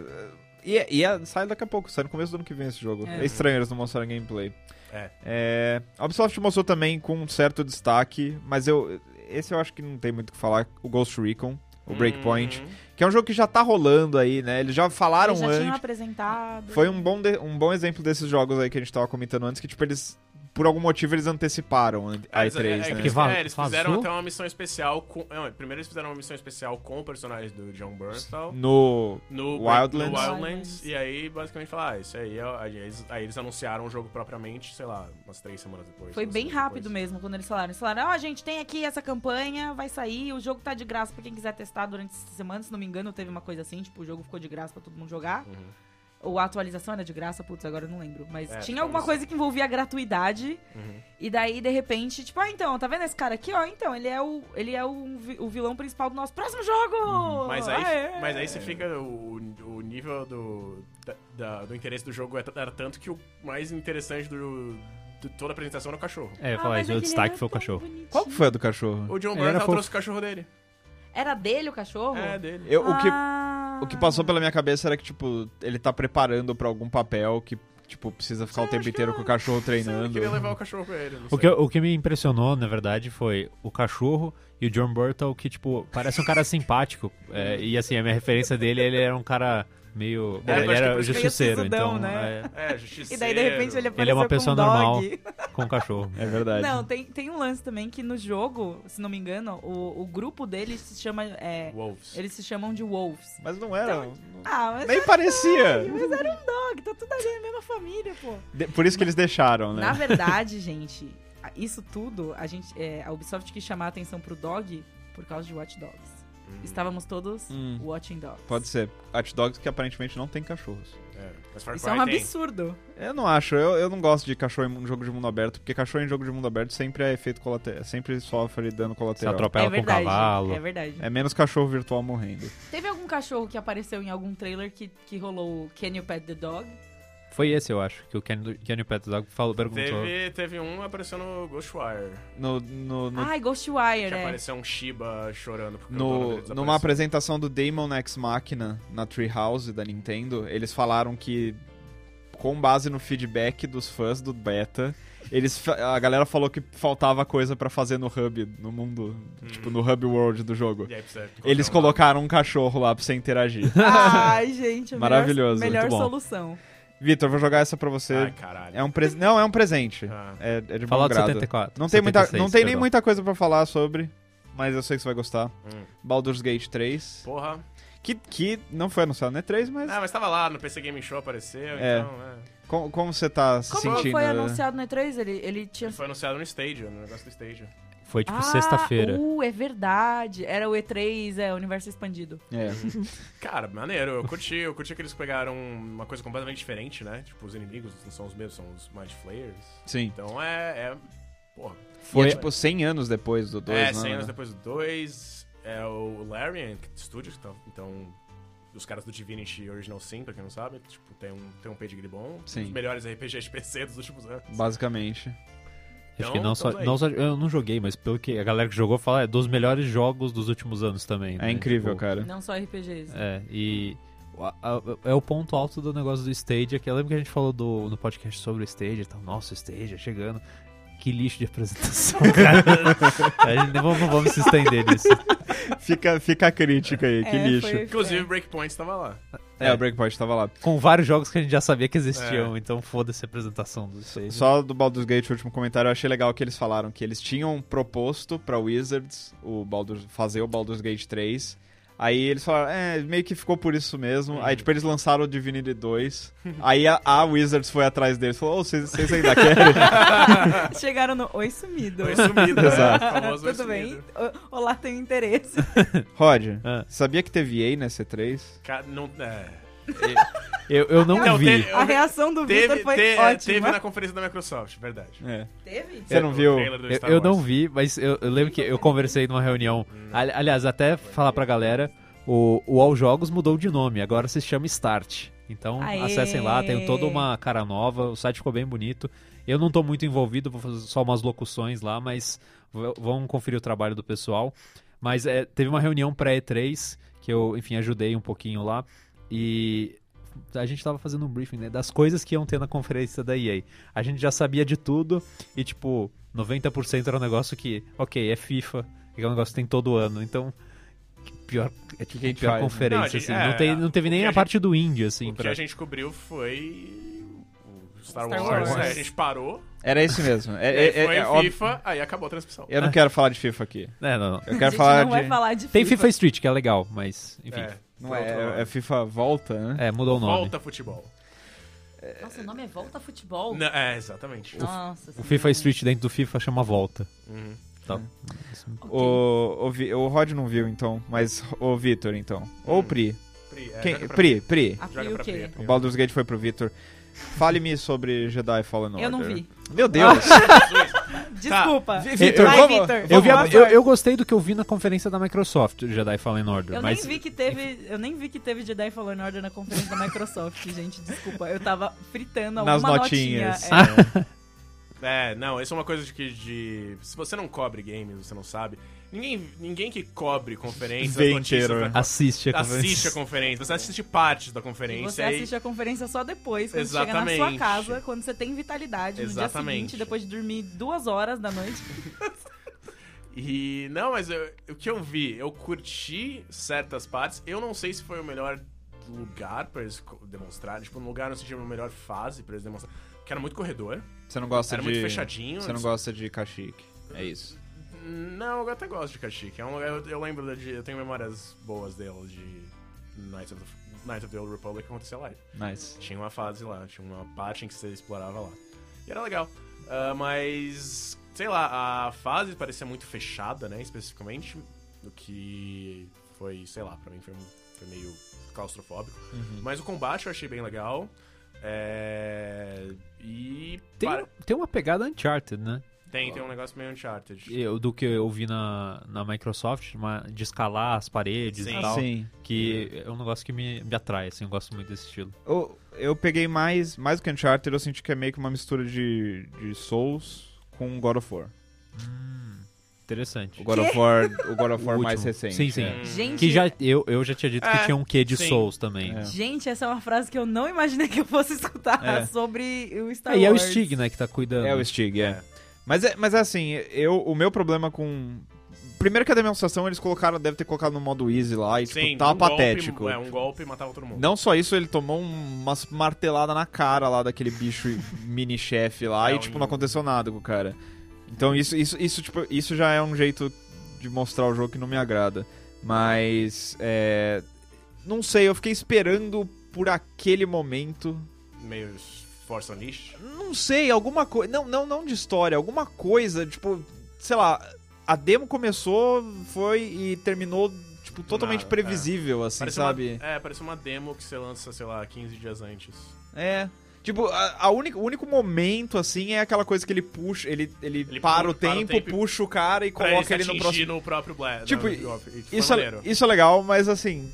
E, e é- sai daqui a pouco, sai no começo do ano que vem esse jogo. É. É, estranho eles não mostrarem gameplay. É. É, A Ubisoft mostrou também com um certo destaque, mas eu esse eu acho que não tem muito o que falar, o Ghost Recon, o Breakpoint, Hum, que é um jogo que já tá rolando aí, né? Eles já falaram Eles já antes. tinham apresentado. Foi um bom, de- um bom exemplo desses jogos aí que a gente tava comentando antes, que, tipo, eles. Por algum motivo eles anteciparam a eles- E3, é, né? eles, va- é, eles fizeram vazou? até uma missão especial com... não, primeiro eles fizeram uma missão especial com o personagem do John Bernthal. No. No Wildlands. no Wildlands. Wildlands. E aí, basicamente, falar, ah, isso aí é. Aí eles, aí eles anunciaram o jogo propriamente, sei lá, umas três semanas depois. Foi duas bem semanas rápido depois. mesmo quando eles falaram. Eles falaram, ó, gente, tem aqui essa campanha, vai sair, o jogo tá de graça pra quem quiser testar durante essa semana. Se não me engano, teve uma coisa assim, tipo, o jogo ficou de graça pra todo mundo jogar. Uhum. Ou a atualização era de graça, putz, agora eu não lembro. Mas É, tinha tipo alguma isso. coisa que envolvia gratuidade. Uhum. E daí, de repente, tipo, ah, então, tá vendo esse cara aqui, ó? Então, ele é o, ele é o, vi- o vilão principal do nosso próximo Uhum. jogo! Ah, é. Mas aí, Aê! mas aí você fica. O, o nível do, da- da- do interesse do jogo é t- era tanto que o mais interessante do, de toda a apresentação era o cachorro. É, eu ia Ah, falar mas isso, o aquele destaque era foi o tão cachorro. bonitinho. Qual que foi a do cachorro? O John Ele era Bernthal fofo. trouxe o cachorro dele. Era É, dele o cachorro? É, dele. Eu, o, que, Ah. o que passou pela minha cabeça era que, tipo, ele tá preparando pra algum papel que, tipo, precisa ficar o tempo inteiro com o cachorro Ele treinando. queria levar o cachorro pra ele. não O sei. que, o que me impressionou, na verdade, foi o cachorro e o John Burtle, que, tipo, parece um cara simpático. É, e, assim, a minha referência dele, ele era um cara meio... É, eu ele acho que por era isso que ele é justiceiro, sisudão, então... né? é, É, justiça. E daí, de repente, ele apareceu Ele é uma pessoa com um normal. dog. com o cachorro. É verdade. Não, tem, tem um lance também que no jogo, se não me engano, o, o grupo deles se chama. é, Wolves. eles se chamam de Wolves. Mas não era. não- Ah, mas, Nem parecia. mas era um dog, tá tudo ali na mesma família, pô. De- por isso que eles deixaram, né? Na verdade, gente, a- isso tudo, a, gente, é, a Ubisoft quis chamar a atenção pro dog por causa de Watch Dogs. Estávamos todos Hum. watching dogs. Pode ser. Hot Dogs que aparentemente não tem cachorros. É, mas Far Isso Cry é um tem. absurdo. Eu não acho, eu, eu não gosto de cachorro em um jogo de mundo aberto, porque cachorro em jogo de mundo aberto sempre é efeito colateral, sempre sofre dano Se colateral. atropela é com o verdade. cavalo. É verdade. É menos cachorro virtual morrendo. Teve algum cachorro que apareceu em algum trailer que, que rolou o Can You Pet the Dog? Foi esse, eu acho, que o Kenny, Kenny Pet Dog falou, perguntou. Teve, teve um apareceu no Ghostwire. No, no, no, Ai, Ghostwire, Que é. apareceu um Shiba chorando porque o dono no- dele desapareceu. numa apresentação do Demon X Machina na Treehouse da Nintendo, eles falaram que, com base no feedback dos fãs do beta, eles, fa- a galera falou que faltava coisa pra fazer no hub, no mundo, Hum. tipo, no hub world do jogo. E aí precisa colocar Eles um- colocaram um cachorro lá pra você interagir. Ai, gente, a melhor- Maravilhoso, Melhor, muito bom. solução. Vitor, vou jogar essa pra você. Ai, caralho. É um pres... Não, é um presente. Ah. É, é de bom Fallout grado. 74. Não tem, muita, 76, não tem nem perdão. muita coisa pra falar sobre, mas eu sei que você vai gostar. Hum. Baldur's Gate 3, Porra. que, que não foi anunciado na E3, mas Ah, mas tava lá no PC Gaming Show, apareceu, É. então... É. Como, como você tá se Como sentindo? foi anunciado no E3, ele, ele tinha... Ele foi anunciado no Stadia, no negócio do Stadia. Foi tipo Ah, sexta-feira. Uh, é verdade. Era o E3, é, Universo Expandido. É. Cara, maneiro, eu curti. Eu curti que eles pegaram uma coisa completamente diferente, né? Tipo, os inimigos não são os mesmos, são os Mind Flayers. Sim. Então é. é porra. Foi Foi- tipo 100 anos depois do 2, é, né? 100 anos depois do 2. É o Larian Studios, que tá- então. Os caras do Divinity Original Sin, pra quem não sabe, tipo, tem um, tem um pedigree bom. Sim. Os melhores RPGs de PC dos últimos anos. Basicamente. Acho Então, Ah, que não só, tamo aí. não só- Eu não joguei, mas pelo que a galera que jogou fala, é dos melhores jogos dos últimos anos também. né? né? Tipo, É incrível, cara. Não só RPGs. É, e o- a- a- é o ponto alto do negócio do Stadia, que eu lembro que a gente falou do, no podcast sobre o Stadia e tal. Nossa, o Stadia chegando. Que lixo de apresentação, cara. a gente, não, vamos- não vamos se estender nisso. Fica, fica a crítica aí, que É, lixo. foi- Inclusive, Breakpoint tava lá. É, o Breakpoint tava lá. Com vários jogos que a gente já sabia que existiam, então foda-se a apresentação do Stadia. Só do Baldur's Gate, o último comentário, eu achei legal que eles falaram que eles tinham proposto pra Wizards o Baldur's, fazer o Baldur's Gate 3. Aí eles falaram, é, meio que ficou por isso mesmo. Aí, tipo, eles lançaram o Divinity 2. aí a, a Wizards foi atrás deles e falou, ô, vocês vocês ainda querem? é. Chegaram no Oi Sumido. Foi sumido, né? Exato. O famoso Tudo foi bem? sumido. O- Olá, tenho interesse. Rod, Ah. É. sabia que teve EA na C3? Ca- Não, é. Então, Eu, eu não Não, vi. teve- A reação do Victor Teve, foi né? te- é, ótima. teve na conferência da Microsoft, verdade. É. Teve? Você não viu? trailer do Eu, Star eu não Wars. Hum. vi, mas eu, eu lembro que eu conversei numa reunião. Ali- Aliás, até falar pra galera, o, o All Jogos mudou de nome, agora se chama Start. Então Aê! acessem lá, tem toda uma cara nova, o site ficou bem bonito. Eu não tô muito envolvido, vou fazer só umas locuções lá, mas v- vão conferir o trabalho do pessoal. Mas é, teve uma reunião pré-E3, que eu, enfim, ajudei um pouquinho lá. E a gente tava fazendo um briefing, né, das coisas que iam ter na conferência da EA. A gente já sabia de tudo e, tipo, 90% era um negócio que, ok, é FIFA, que é um negócio que tem todo ano, então... que Pior, é tipo Que a que pior faz, né? conferência, Não, a gente- assim. é, não, tem- não teve o nem que a, a gente- parte do indie, assim. O que pra- a gente cobriu foi. o Star, Star Wars. Wars. né? A gente parou, Era isso mesmo. É, aí é- é- foi é óbvio- É, FIFA, aí acabou a transmissão. Eu não quero falar de FIFA aqui. É, não, não. Eu a quero gente falar não de. vai falar de Tem FIFA Street, que é legal, mas, enfim. É, Não foi outro é, nome. é FIFA volta, né? É, mudou o nome. Volta futebol. Nossa, o nome é Volta Futebol? Não, é, exatamente. Nossa. O senhora. FIFA Street dentro do FIFA chama Volta. Uhum. Tá. Hum. É, Ok. O, o, Vi- o Rod não viu, então, mas o Vitor, então. Ou o Pri. Pri, é, Quem- joga pra Pri, Pri. Ah, Joga e pra o Pri. quê? é Pri. O Baldur's Gate foi pro Vitor. Fale-me sobre Jedi Fallen Order. Eu não vi. Meu Deus! Desculpa. Tá. Vi- Vitor, Vai, vamos- Vitor. eu Eu, vi a- Vamos eu- lá. eu gostei do que eu vi na conferência da Microsoft, Jedi Fallen Order. Eu mas nem vi que teve, eu nem vi que teve Jedi Fallen Order na conferência da Microsoft, gente, desculpa. Eu tava fritando alguma Nas notinhas. notinha. é. É, não, isso é uma coisa de que de. Se você não cobre games, você não sabe. Ninguém, ninguém que cobre conferências, Vê notícias, inteiro, pra- né? Assiste a conferência. assiste a conferência, você assiste partes da E conferência. você aí- assiste a conferência só depois, quando chega na sua É, Exatamente. casa, quando você tem vitalidade, no dia Exatamente. Uhum. seguinte, depois de dormir duas horas da noite. E não, mas eu- o que eu vi, eu curti certas partes. Eu não sei se foi o melhor lugar pra eles co- demonstrarem, tipo, um lugar no sentido, uma melhor fase pra eles demonstrarem. Porque era muito corredor, Você não gosta Ah. era de. muito fechadinho. Você não eles- gosta de cachique. É isso. Não, eu até gosto de Kashyyyk. É um lugar, eu, eu lembro de, eu tenho memórias boas dela de Knights of the, Knights of the Old Republic que acontecia lá. Nice. Tinha uma fase lá, tinha uma parte em que você explorava lá. E era legal. Ah, mas, sei lá, a fase parecia muito fechada, né, especificamente. O que foi, sei lá, pra mim foi, foi meio claustrofóbico. Uhum. Mas o combate eu achei bem legal. É... E... Tem, um, um- para- tem uma pegada Uncharted, né? tem, tem um negócio meio Uncharted. Eu- do que eu vi na, na Microsoft, uma- de escalar as paredes Sim. e tal. Sim. Que é um negócio que me, me atrai, assim, eu gosto muito desse estilo. Eu, eu peguei mais. Mais do que Uncharted, eu senti que é meio que uma mistura de, de Souls com God of War. Interessante. O God of War, o God of O War mais último. recente. é. Sim, sim. Hum. Gente, Que já, eu, eu já tinha dito que É, tinha um quê de sim. Souls também. É. gente, essa é uma frase que eu não imaginei que eu fosse escutar É. sobre o Star É, e é o Wars. Stig, né, que tá cuidando. É o Stig, é. Mas, é, mas é assim, eu, o meu problema com. Primeiro que a demonstração eles colocaram, deve ter colocado no modo easy lá, e tipo, tava golpe- patético. é, um golpe e matava todo mundo. Não só isso, ele tomou um, umas marteladas na cara lá daquele bicho mini-chefe lá, É, e um- tipo, não aconteceu nada com o cara. Então isso, isso, isso, tipo, isso já é um jeito de mostrar o jogo que não me agrada. Mas. É, não sei, eu fiquei esperando por aquele momento Meio Force Unleashed? Não sei, alguma coisa. Não, não, não de história, alguma coisa, tipo, sei lá, a demo começou, foi e terminou, tipo, totalmente nada, é. previsível, assim, Parece sabe? Uma, é, parece uma demo que você lança, sei lá, 15 dias antes. É. Tipo, a, a única, o único momento, assim, é aquela coisa que ele puxa, ele, ele, Ele para, pu- o tempo, puxa o cara e Pra coloca se ele no atingir próximo. no próprio Black. Tipo, no, no, no, Isso é, isso é legal, mas assim.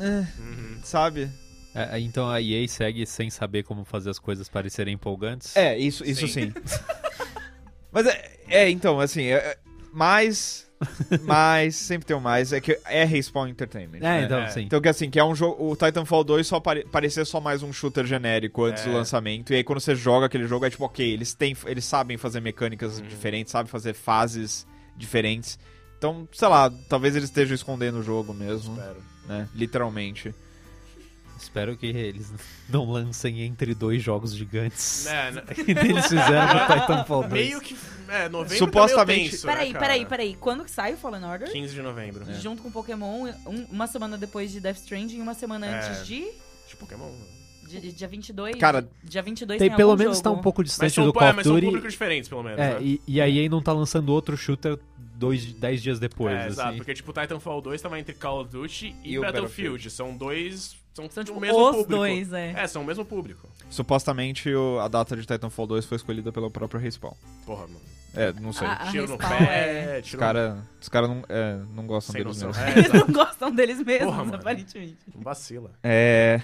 eh, Uhum. sabe? É, então a EA segue sem saber como fazer as coisas parecerem empolgantes. É, isso, isso sim. Sim. mas é, é, então, assim, é, é, mais. Mas, sempre tem um mais, é que é Respawn Entertainment. né? É, então, É. sim. Então, que assim, que é um jogo. O Titanfall 2 só pare, parecia só mais um shooter genérico antes É. do lançamento. E aí, quando você joga aquele jogo, é tipo, ok, eles, têm, eles sabem fazer mecânicas Uhum. diferentes, sabem fazer fases diferentes. Então, sei lá, talvez eles estejam escondendo o jogo Uhum. mesmo, Espero. né? Literalmente. Espero que eles não lancem entre dois jogos gigantes. É, né? Que nem eles fizeram tá no Titanfall 2. meio que. É, novembro. Supostamente- Tá meio tenso, Peraí, né, peraí, É. cara? peraí. Quando que sai o Fallen Order? 15 de novembro. É. Junto com Pokémon, um- uma semana depois de Death Stranding e uma semana É. antes de, De Pokémon. né? de- de- Dia 22. Cara, dia 22 tem, Tem, pelo algum menos jogo. tá um pouco Mas distante são, do é, Call mas of são Duty. públicos diferentes, pelo menos. É, né? e, e a EA não tá lançando outro shooter dois, dez dias depois. é, assim. exato, porque tipo, Titanfall 2 tava entre Call of Duty e, E o Battlefield. São dois. São, São, tipo, o mesmo os público. dois, é. É, são o mesmo público. Supostamente o- a data de Titanfall 2 foi escolhida pelo próprio Respawn. Porra, mano. É, não sei. Ah, A Tiro no respawn pé, tiro os caras os cara não, é, não gostam sem deles noção. mesmo. É, Eles exato. não gostam deles mesmos, Porra, mano. aparentemente. Não Vacila. É.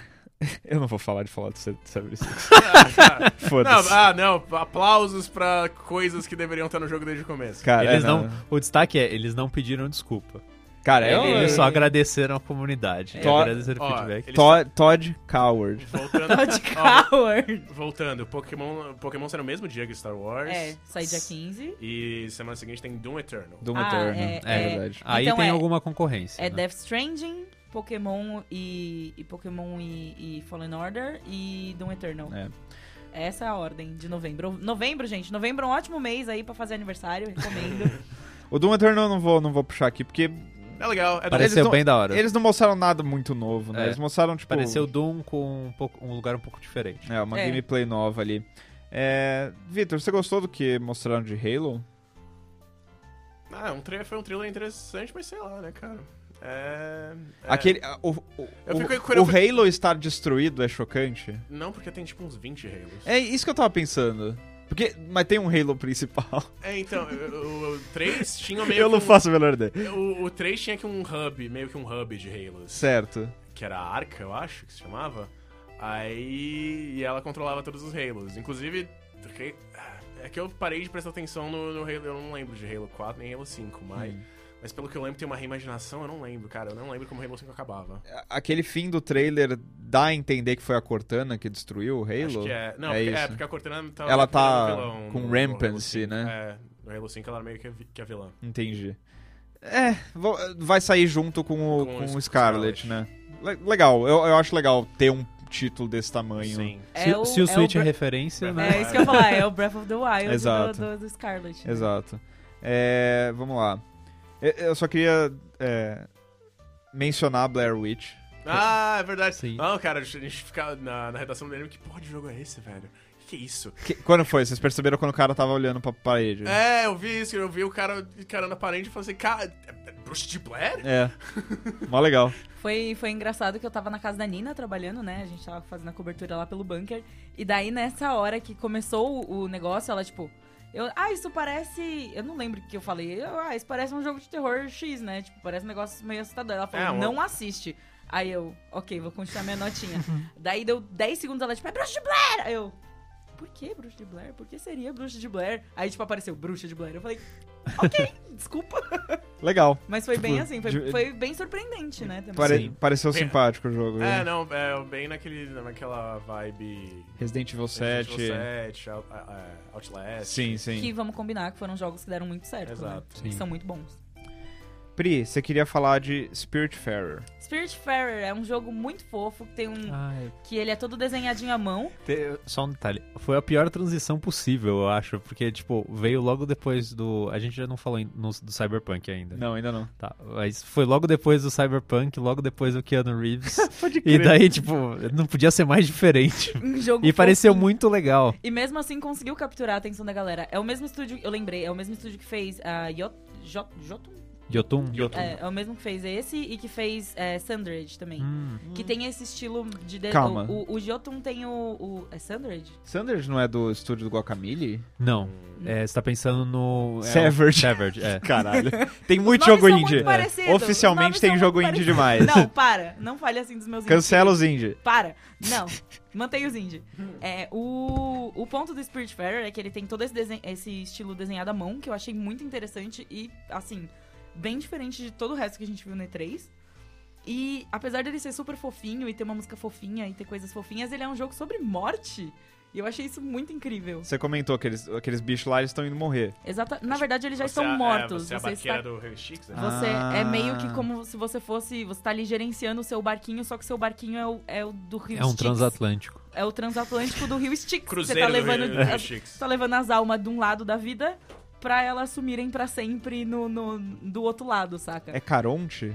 Eu não vou falar de falar do Cyber- Cyber Six. Ah, cara. não, Foda-se. ah, não. Aplausos pra coisas que deveriam estar no jogo desde o começo. Cara, Eles é, não, o destaque é, eles não pediram desculpa. Cara, é, eles, é- só agradeceram a comunidade. Tó- agradeceram Ó, o feedback. eles- Todd, Todd Coward. Voltando. Todd ó, Coward. voltando, Pokémon, Pokémon saiu no mesmo dia que Star Wars. É, sai dia 15. E semana seguinte tem Doom Eternal. Doom Ah, Eternal. é, é é. verdade. Aí Então tem é- alguma concorrência. É né? Death Stranding, Pokémon e, e Pokémon e, e Fallen Order e Doom Eternal. É. Essa é a ordem de novembro. Novembro, gente, novembro é um ótimo mês aí pra fazer aniversário, recomendo. O Doom Eternal eu não vou, não vou puxar aqui, porque É legal. Parece- É Pareceu eles não- bem da hora. eles não mostraram nada muito novo, né? É. Eles mostraram, tipo. Pareceu Doom com um, pouco- um lugar um pouco diferente. É, uma É. gameplay nova ali. É, Vitor, você gostou do que mostraram de Halo? Ah, um trailer, foi um trailer interessante, mas sei lá, né, cara. É. é- Aquele. a- O, o, Eu o- fico- quando eu o Halo estar destruído é chocante? Não, porque tem tipo uns 20 Halos. É isso que eu tava pensando. Porque, mas tem um Halo principal. É, então, o, o, 3 tinha meio. Eu que não um- faço a menor ideia. O, o 3 tinha que um hub, meio que um hub de Halos. Certo. Que era a Arca, eu acho que se chamava. Aí. E ela controlava todos os Halos. Inclusive. re- É que eu parei de prestar atenção no, no Halo. Eu não lembro de Halo 4 nem Halo 5, mas. Mas pelo que eu lembro, tem uma reimaginação, eu não lembro, cara. Eu não lembro como Halo 5 acabava. A- Aquele fim do trailer dá a entender que foi a Cortana que destruiu o Halo? Acho que é. Não, É porque, é, isso. porque a Cortana tá. Ela tá vilão com no- no Rampancy, Halo 5. né? É, no Halo 5 ela era meio que a vi- que a vilã. Entendi. É, vo- vai sair junto com o, Com com o o Scarlet, né? Le- legal, eu, eu acho legal ter um título desse tamanho. Sim. É Se, o- se o é Switch é, Bra- referência, né? É isso que eu ia falar, é o Breath of the Wild Exato. do, do- do Scarlet. né? Exato. É, vamos lá. Eu, eu só queria é, mencionar Blair Witch. Ah, é verdade. Sim. Não, cara, a gente fica na, na redação dele, que porra de jogo é esse, velho? Que que é isso? Que- quando foi? Vocês perceberam quando o cara tava olhando pra parede? É, eu vi isso, eu vi o cara encarando a parede e falei assim, cara, é, é bruxa de Blair? É. Mó legal. Foi, foi engraçado que eu tava na casa da Nina trabalhando, né? A gente tava fazendo a cobertura lá pelo bunker. E daí, nessa hora que começou o, o negócio, ela, tipo. Eu, ah, isso parece. Eu não lembro o que eu falei. Eu, ah, isso parece um jogo de terror X, né? Tipo, parece um negócio meio assustador. Ela falou, É, uma- não assiste. Aí eu, ok, vou continuar minha notinha. daí deu 10 segundos, ela, tipo, é bruxa de Blair! Aí eu, por que bruxa de Blair? Por que seria bruxa de Blair? Aí, tipo, apareceu bruxa de Blair. Eu falei, ok, desculpa. Legal. Mas foi Tipo, bem assim, foi, de- foi bem surpreendente, né? também. Pare- Sim. Pareceu Bem- simpático o jogo. É, né? não, é bem naquele, naquela vibe... Resident Evil 7. Resident Evil 7, Out- é, Outlast. Sim, sim. Que vamos combinar que foram jogos que deram muito certo. Exato. Né? Que Sim. são muito bons. Pri, você queria falar de Spiritfarer. Spiritfarer é um jogo muito fofo, que tem um. Ah. Ai, que ele é todo desenhadinho à mão. te- Só um detalhe. Foi a pior transição possível, eu acho. Porque, tipo, veio logo depois do. A gente já não falou em- no- do Cyberpunk ainda. Não, ainda não. Tá, mas foi logo depois do Cyberpunk, logo depois do Keanu Reeves. Pode e daí, tipo, não podia ser mais diferente. Um jogo E fofo. pareceu muito legal. E mesmo assim conseguiu capturar a atenção da galera. É o mesmo estúdio, eu lembrei, é o mesmo estúdio que fez a Yot, Jot, Jotun? Jotun. Jotun. É, é o mesmo que fez esse e que fez é, Sandridge também. Hum, Que tem esse estilo de... de Calma. O, o, o Jotun tem o... o- é Sandridge? Sanders não é do estúdio do Guacamole? não. É, você tá pensando no. é, um Severed. Severed, é. Caralho. Tem muito Os jogo nomes são indie. muito parecidos, os Oficialmente nomes tem são jogo muito indie demais. parecidos. Não, para. Não fale assim dos meus indies. Cancela os indie. Para! Não, mantém os indie. É, o, o ponto do Spiritfarer é que ele tem todo esse, desen- esse estilo desenhado à mão, que eu achei muito interessante e, assim, bem diferente de todo o resto que a gente viu no E3. E, apesar dele ser super fofinho e ter uma música fofinha e ter coisas fofinhas, ele é um jogo sobre morte. E eu achei isso muito incrível. Você comentou que aqueles, aqueles bichos lá eles estão indo morrer. Exata, na verdade, eles já Você é- estão é, mortos. Você é a você barqueira está do Rei Chix, né? você Ah. é meio que como se você fosse. Você tá ali gerenciando o seu barquinho, só que o seu barquinho é o, é o do Rio É um Styx. transatlântico. É o transatlântico do Rio Styx. Cruzeiro você tá do levando, Rio- do Rio as, Chix. tá levando as almas de um lado da vida pra elas sumirem pra sempre no, no- do outro lado, saca? É Caronte?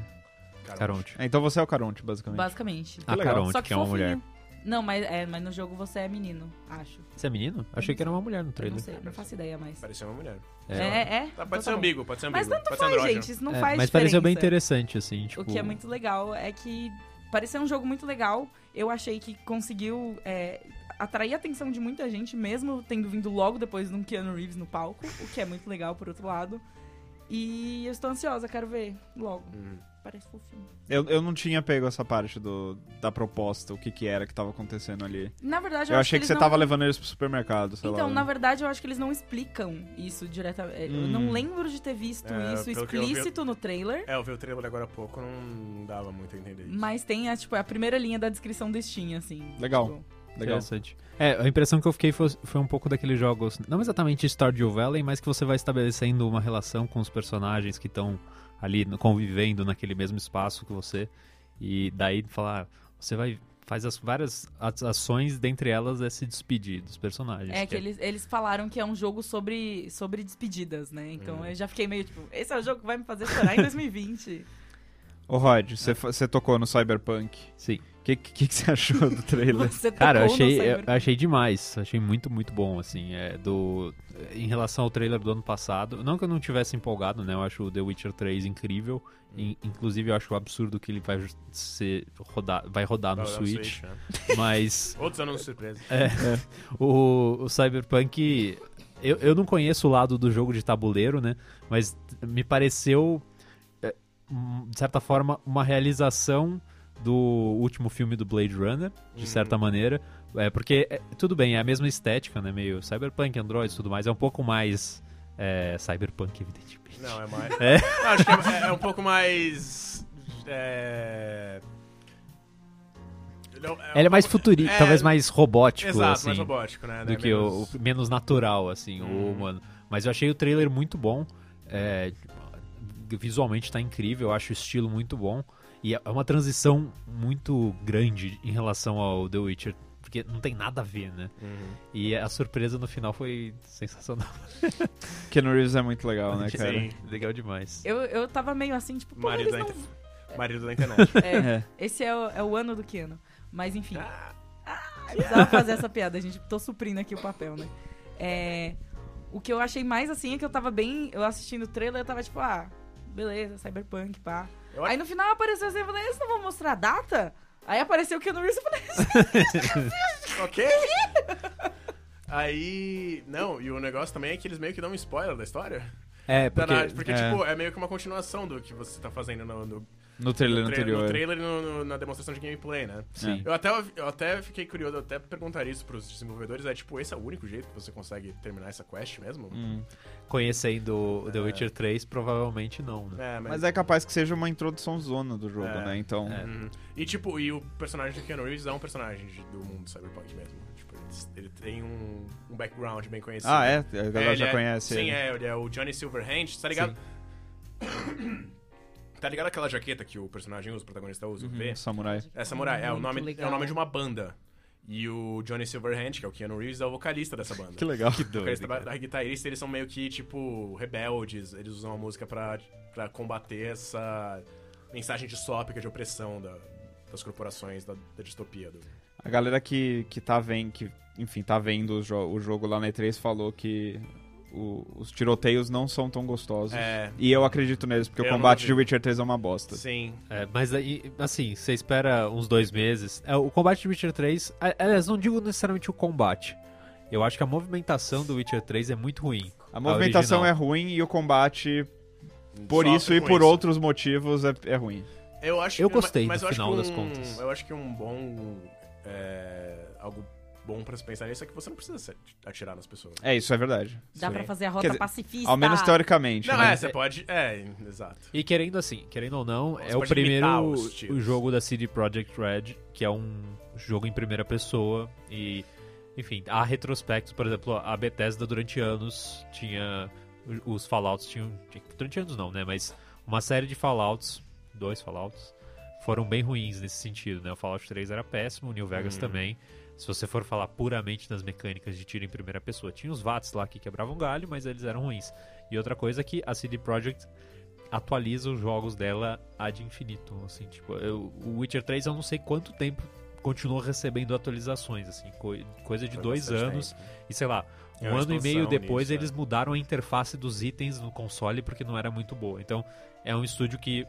Caronte. É, então você é o Caronte, né? basicamente. Basicamente. A legal. Caronte, Só que, é uma mulher. fofinho. Não, mas, é, mas no jogo você é menino, acho. Você é menino? Achei que era uma mulher no Eu trailer. Não sei, não faço ideia mais. Pareceu uma mulher. É, é. é? Tá, Então pode ser bom. umbigo, pode ser umbigo. Mas tanto pode ser um faz, andrógeno. gente. Isso não É, faz mas diferença. pareceu bem interessante, assim. Tipo, O que é muito legal é que pareceu um jogo muito legal. Eu achei que conseguiu é, atrair a atenção de muita gente, mesmo tendo vindo logo depois de um Keanu Reeves no palco, o que é muito legal, por outro lado. E eu estou ansiosa, quero ver logo. Hum. Parece fofinho. Eu, eu não tinha pego essa parte do, da proposta, o que que era que tava acontecendo ali. Na verdade, Eu, eu, acho achei que, eles você não... tava né? levando eles pro supermercado, sei Então, lá. na verdade, eu acho que eles não explicam isso diretamente. Eu Hum. não lembro de ter visto É, isso pelo que eu vi- explícito no trailer. É, eu vi o trailer agora há pouco, não dava muito a entender isso. Mas tem a, tipo, a primeira linha da descrição do Steam, assim. Legal. Tipo, Legal. Interessante. É, a impressão que eu fiquei foi, foi um pouco daqueles jogos, não exatamente Stardew Valley, mas que você vai estabelecendo uma relação com os personagens que estão ali no- convivendo naquele mesmo espaço que você. E daí falar, você vai faz as várias a- ações, dentre elas é se despedir dos personagens. É que eles, eles falaram que é um jogo sobre, sobre despedidas, né? Então É. eu já fiquei meio tipo, esse é o jogo que vai me fazer chorar em 2020. Ô, Rod, É. você, fa- você tocou no Cyberpunk. Sim. O que, que, que você achou do trailer? Você Cara, eu tocou no achei, eu Cyber- achei demais. Achei muito, muito bom, assim. É, do, em relação ao trailer do ano passado. Não que eu não tivesse empolgado, né? Eu acho o The Witcher 3 incrível. In- inclusive, eu acho absurdo que ele vai ju- ser rodar, vai rodar Vai no rodar Switch. né? Mas Outros anúncios surpresa. É. o, o Cyberpunk. Eu, eu não conheço o lado do jogo de tabuleiro, né? Mas me pareceu, é, um, de certa forma, uma realização do último filme do Blade Runner, Uhum. de certa maneira. É, porque, é, tudo bem, é a mesma estética, né? Meio cyberpunk, android e tudo mais. É um pouco mais é, cyberpunk, evidentemente. Não, é mais. É. Não, acho que é, é um pouco mais. É. Ele é, um- é um Ele é mais pouco- futurista, é, talvez mais robótico, Exato, assim. mais robótico, né? do Né, que menos- Uhum. o, o menos natural, assim, o humano. Mas eu achei o trailer muito bom. é, visualmente tá incrível, eu acho o estilo muito bom. E é uma transição muito grande em relação ao The Witcher. Porque não tem nada a ver, né? Uhum. E a surpresa no final foi sensacional. Keanu Reeves é muito legal, né, Sim. cara? Legal demais. Eu, eu tava meio assim, tipo, pô, Marido eles da não... internet. Marido da internet. É, É. esse é o, é o ano do Keanu. Mas enfim. Ah, eu precisava fazer essa piada, gente. Tô suprindo aqui o papel, né? É, o que eu achei mais assim é que eu tava bem. Eu assistindo o trailer, eu tava tipo, ah, beleza, cyberpunk, pá. Eu Aí no final apareceu assim, eu falei, eles não vão mostrar a data? Aí apareceu o Keanu Reeves e eu falei, ok? Aí. Não, e o negócio também é que eles meio que dão um spoiler da história. É, Da porque. Nath, porque, é. tipo, é meio que uma continuação do que você tá fazendo no, no, No trailer no trailer, anterior. é. no trailer e no- no- na demonstração de gameplay, né? Sim. Eu até, eu até fiquei curioso, eu até perguntaria isso pros desenvolvedores, é tipo, esse é o único jeito que você consegue terminar essa quest mesmo? Hum, tá. Conhecendo o The Witcher 3, provavelmente não, né? É, Mas é capaz que seja uma introdução zona do jogo, É. né? Então. Uhum. E tipo, e o personagem do Keanu Reeves é um personagem de- do mundo cyberpunk mesmo. Tipo, ele- ele tem um, um background bem conhecido. Ah, é? A galera ele já é- conhece Sim, ele. é, ele é o Johnny Silverhand, tá ligado? Tá ligado aquela jaqueta que o personagem usa, o protagonista usa, Uhum, o V? Hum, Samurai. É Samurai, é o, Muito nome, é legal. o nome de uma banda. E o Johnny Silverhand, que é o Keanu Reeves, é o vocalista dessa banda. Que legal. Que O vocalista doido. da cara. da guitarrista, eles são meio que, tipo, rebeldes. Eles usam a música pra, pra combater essa mensagem distópica de opressão da- das corporações, da, da distopia. Do... A galera que, que tá vendo, que, enfim, tá vendo o, jo- o jogo lá na E3 falou que o- os tiroteios não são tão gostosos. É. E eu acredito neles, porque Eu o não combate vi. de Witcher 3 é uma bosta. Sim. É, mas aí, assim, você espera uns dois meses. É, o combate de Witcher 3, a- aliás, não digo necessariamente o combate. Eu acho que a movimentação do Witcher 3 é muito ruim. A movimentação é original. ruim e o combate, por Sofre isso e com por outros motivos, é, é ruim. Eu, acho, Eu mas- gostei, mas no eu acho final que das um- contas. Eu acho que um bom. é, algo bom pra se pensar nisso é que você não precisa se atirar nas pessoas. É, isso é verdade. Dá Sim. pra fazer a rota Quer dizer, pacifista. Ao menos teoricamente. Não, né? é, você pode. É, exato. E querendo assim, querendo ou não, Você é o pode limitar primeiro os tiros. o jogo da CD Projekt Red, que é um jogo em primeira pessoa e enfim, há retrospectos, por exemplo, a Bethesda durante anos tinha os Fallouts tinham durante anos não, né, mas uma série de Fallouts, dois Fallouts foram bem ruins nesse sentido, né? O Fallout 3 era péssimo, o New Uhum. Vegas também. Se você for falar puramente nas mecânicas de tiro em primeira pessoa, tinha os VATs lá que quebravam galho, mas eles eram ruins. E outra coisa é que a CD Projekt atualiza os jogos dela ad infinitum, assim, tipo, eu- o Witcher 3 eu não sei quanto tempo continua recebendo atualizações, assim, coi- coisa de Foi dois bastante anos, tempo. e sei lá, É um uma ano e meio expansão depois nisso, eles mudaram a interface dos itens no console porque não era muito boa. Então, é um estúdio que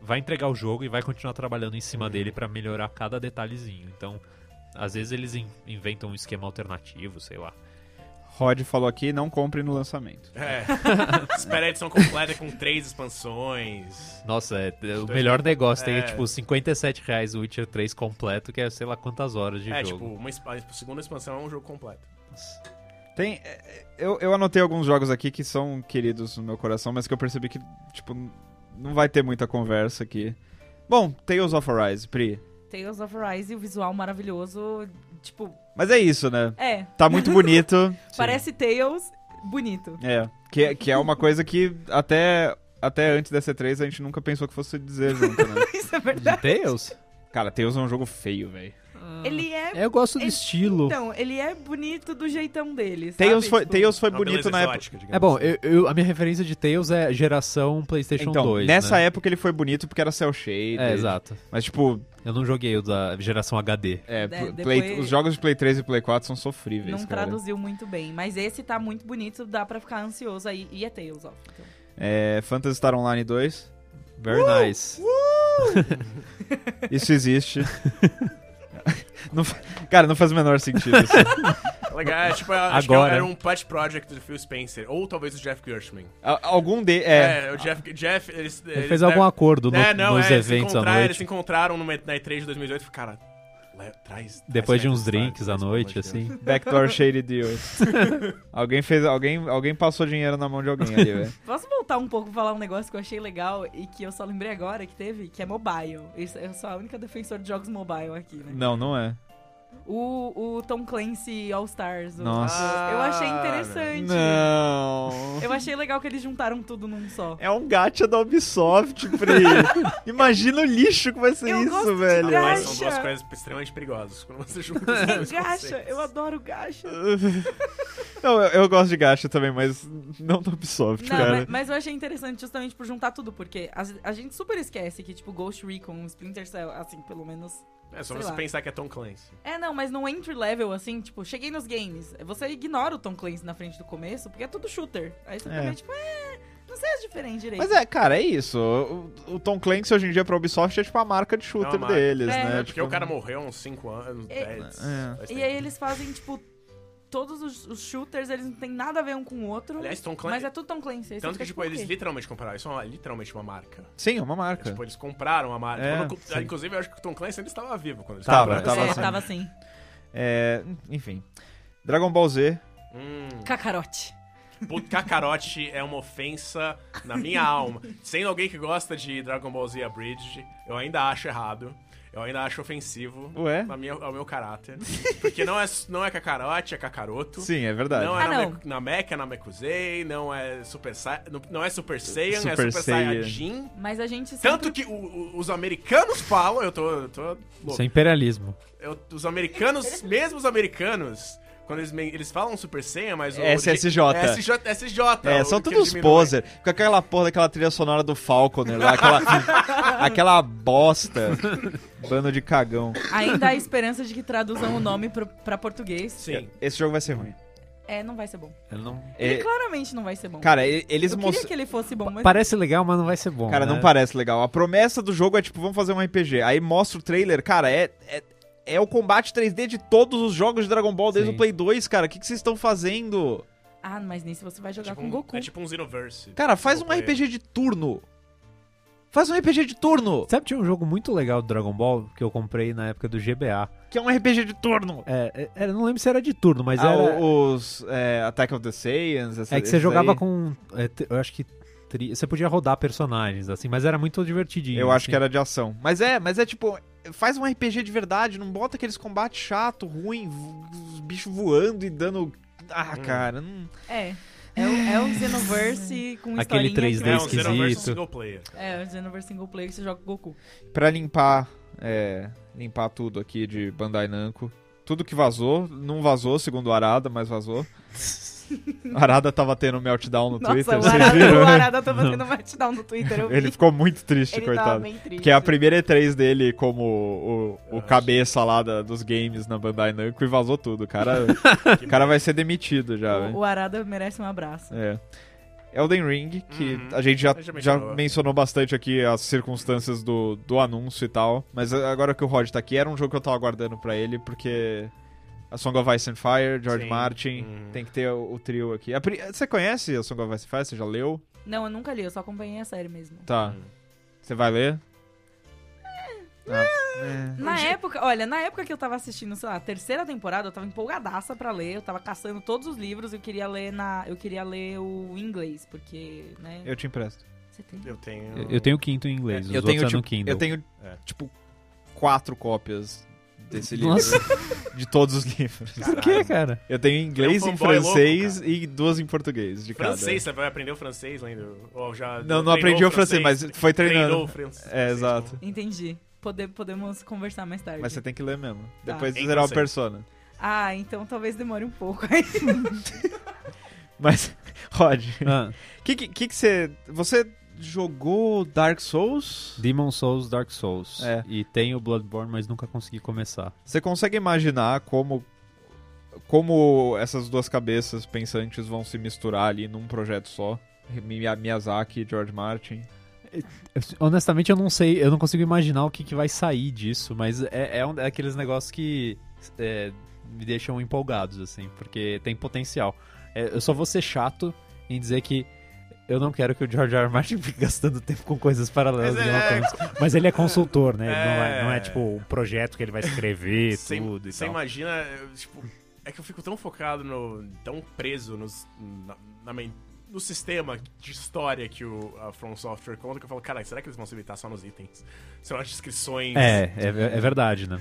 vai entregar o jogo e vai continuar trabalhando em cima dele pra melhorar cada detalhezinho. Então, às vezes eles in- inventam um esquema alternativo, sei lá. Rod falou aqui, não compre no lançamento. É. Espera a edição completa com três expansões. Nossa, é, é o dois- melhor negócio. Tem, é. tipo, R$ 57 reais o Witcher 3 completo, que é sei lá quantas horas de é, tipo, jogo. uma, exp- a segunda expansão é um jogo completo. Tem. é, é, Eu, eu anotei alguns jogos aqui que são queridos no meu coração, mas que eu percebi que, tipo, n- não vai ter muita conversa aqui. Bom, Tales of Arise, Pri. Tales of Rise e o visual maravilhoso. Tipo, Mas é isso, né? é. Tá muito bonito. Parece Tales bonito. É. Que, que é uma coisa que até, até antes da C3 a gente nunca pensou que fosse dizer junto, né? Isso é De verdade. Deus? Cara, Tales é um jogo feio, velho. Ele é. Eu gosto do Ele- estilo. Então, ele é bonito do jeitão dele. sabe? Tales foi, Tipo, Tales foi É uma bonito beleza na época. exótica, digamos É bom, assim. eu- eu- a minha referência de Tails é geração PlayStation Então, 2. nessa né? época ele foi bonito porque era cel shade. É, exato. Mas, tipo, Eu não joguei o da geração HD. é, É, pl- depois- Play- os jogos de Play 3 e Play 4 são sofríveis, Não cara. traduziu muito bem. Mas esse tá muito bonito, dá pra ficar ansioso aí. E é Tales, ó. Então. É, Phantasy Star Online 2. Very Uh! nice. Isso existe. Não fa- cara, não faz o menor sentido. assim. Legal, é, tipo, eu acho Agora. que era um pet project do Phil Spencer. Ou talvez o Jeff Gershman. A- Algum de. É, o Jeff. Jeff eles, Ele fez algum acordo no- é, não, nos é, eles se eventos à encontraram- Eles noite. se encontraram numa, na E3 de 2008 e falaram, cara, le- traz. traz Depois de Metal uns Slug, drinks à traz, pelo noite, amor de Deus. assim. Backdoor Shady Deals. alguém fez. Alguém, alguém passou dinheiro na mão de alguém ali, velho. Posso voltar um pouco e falar um negócio que eu achei legal e que eu só lembrei agora que teve, que é mobile. Isso- Eu sou a única defensora de jogos mobile aqui, né? Não, não é. O, o Tom Clancy All Stars. o- Nossa. Eu achei interessante. Não. Eu achei legal que eles juntaram tudo num só. É um gacha da Ubisoft, Pri. Imagina o lixo que vai ser Eu gosto isso, de velho. Mas são Gacha. duas coisas extremamente perigosas. Quando você junta os dois É gacha, conceitos. eu adoro gacha. Não, eu, eu gosto de gacha também, mas não da Ubisoft, Não, cara. mas, mas eu achei interessante justamente por juntar tudo, porque a, a gente super esquece que, tipo, Ghost Recon, Splinter Cell, assim, pelo menos. É só Sei você lá. pensar que é Tom Clancy. É, não, mas no entry level, assim, tipo, cheguei nos games. Você ignora o Tom Clancy na frente do começo, porque é tudo shooter. Aí você É. fica meio tipo, é, não sei as diferentes direito. Mas é, cara, é isso. O, o Tom Clancy hoje em dia pra Ubisoft é tipo a marca de É uma shooter marca. deles, né? É, É, Tipo, porque o cara morreu há uns 5 anos, É. 10. É. E aí eles fazem, tipo, todos os, os shooters, eles não tem nada a ver um com o outro. Aliás, Tom Clancy. mas é tudo Tom Clancy. aí você Tanto fica, que, tipo, ok. eles literalmente compraram. Isso é uma- literalmente uma marca. Sim, é uma marca. Tipo, eles compraram a marca. É, Quando- sim. inclusive, eu acho que o Tom Clancy ainda estava vivo quando eles Tava, compraram. tava é, assim. tava assim. É, enfim. Dragon Ball Z. Hum. Cacarote. Puto Kakarote é uma ofensa na minha alma. Sendo alguém que gosta de Dragon Ball Z Abridged, eu ainda acho errado. Eu ainda acho ofensivo Ué? na minha, ao meu caráter. Porque não é, não é Kakarote, é Kakaroto. Sim, é verdade. Não Ah, é não. na Namek, é Namekusei, não é Super Sai, não- não é Super Saiyan, é Super Super Saiyan. Saiyajin. Mas a gente Tanto que o- o- os americanos falam, eu tô, eu tô louco. Isso é imperialismo. Eu- os americanos, mesmo os americanos, quando eles, me- eles falam Super Saiyan, mas o. SSJ. É SJ, SJ. É, o são que todos os diminui. poser. Com aquela porra daquela trilha sonora do Falconer lá, aquela, aquela bosta. Bando de cagão. ainda há esperança de que traduzam o nome pro, pra português. Sim. Esse jogo vai ser ruim. É, não vai ser bom. Ele não- É, Ele claramente não vai ser bom. cara, e- eles eu queria mostram. que ele fosse bom, mas... Parece legal, mas não vai ser bom. Cara, né? não parece legal. A promessa do jogo é tipo, vamos fazer um RPG. Aí mostra o trailer, cara, é. é... é o combate 3D de todos os jogos de Dragon Ball desde Sim. o Play 2, cara. O que que vocês estão fazendo? Ah, mas nisso você vai jogar Tipo com um- Goku. É tipo um Xenoverse. Cara, faz um Vou ver. RPG de turno. Faz um RPG de turno, Sabe, tinha um jogo muito legal do Dragon Ball que eu comprei na época do GBA. que é um RPG de turno. É, é- era- não lembro se era de turno, mas Ah, era. os é, Attack of the Saiyans, essa, é que você esses jogava aí. com. é, te- eu acho que. tri- você podia rodar personagens, assim, mas era muito divertidinho. Eu acho assim. que era de ação. Mas é, mas é tipo, faz um RPG de verdade, não bota aqueles combates chato, ruim, vo- os bichos voando e dando. Ah, Hum. cara, não. É. É um, é um Xenoverse com Aquele historinha 3D que É vai- um Xenoverse esquisito. single player. É, um Xenoverse single player que você joga com Goku. Pra limpar. É, limpar tudo aqui de Bandai Namco. Tudo que vazou, não vazou, segundo o Arada, mas vazou. O Arada tava tendo um meltdown no Twitter, Nossa, o vocês viram? né? Arada, o Arada tá fazendo matchdown no Twitter. Eu Ele vi. ficou muito triste, Ele tá tava coitado. bem triste. Que é a primeira E3 dele como o, o- o cabeça lá da- dos games na Bandai Namco e vazou tudo. O cara, o cara vai ser demitido já, O- velho. O Arada merece um abraço. É. Elden Ring, que Uhum. a gente já, A gente já já mencionou. mencionou bastante aqui as circunstâncias do, do anúncio e tal, mas agora que o Rod tá aqui, era um jogo que eu tava aguardando pra ele, porque a Song of Ice and Fire, George Sim. Martin, Uhum. tem que ter o, o trio aqui. A pri- você conhece a Song of Ice and Fire? Você já leu? Não, eu nunca li, eu só acompanhei a série mesmo. Tá. Uhum. Você vai ler? Ah, Na época, olha, na época que eu tava assistindo, sei lá, a terceira temporada, eu tava empolgadaça pra ler, eu tava caçando todos os livros, eu queria ler na, eu queria ler o inglês, porque, né? eu te empresto. Você tem. Eu tenho. Eu- Eu tenho o quinto em inglês, os eu, outros tenho, é no tipo, Kindle. eu tenho, É. tipo, quatro cópias desse livro. Nossa. De todos os livros. Por que, cara? Eu tenho em inglês, Ele é um em fanboy francês e duas em português de Francês, cada. você vai aprender o francês lendo? Ou já Não, não aprendi o francês, mas foi Treinou treinando. o francês. É, exato. Entendi. Pode- podemos conversar mais tarde. Mas você tem que ler mesmo. Tá. Depois de Em zerar o francês. Persona. Ah, então talvez demore um pouco. Mas, Rod, Ah, o que, que, que que você. Você jogou Dark Souls? Demon Souls, Dark Souls. É. E tem o Bloodborne, mas nunca consegui começar. Você consegue imaginar como. Como essas duas cabeças pensantes vão se misturar ali num projeto só? Mi- Miyazaki e George Martin. Eu- honestamente, eu não sei, eu não consigo imaginar o que, que vai sair disso, mas é, é um daqueles negócios que é, me deixam empolgados, assim, porque tem potencial. É, eu só vou ser chato em dizer que eu não quero que o George R. R. Martin fique gastando tempo com coisas paralelas. Mas de é- uma coisa. Mas ele é consultor, né? Ele não, É. é, não é, tipo um projeto que ele vai escrever Sem- tudo e Você tal. imagina, eu, tipo, é que eu fico tão focado no. tão preso nos, na, na men- no sistema de história que o a From Software conta, que eu falo, cara, será que eles vão se limitar só nos itens? Será as descrições? É, é, ve- é verdade, né?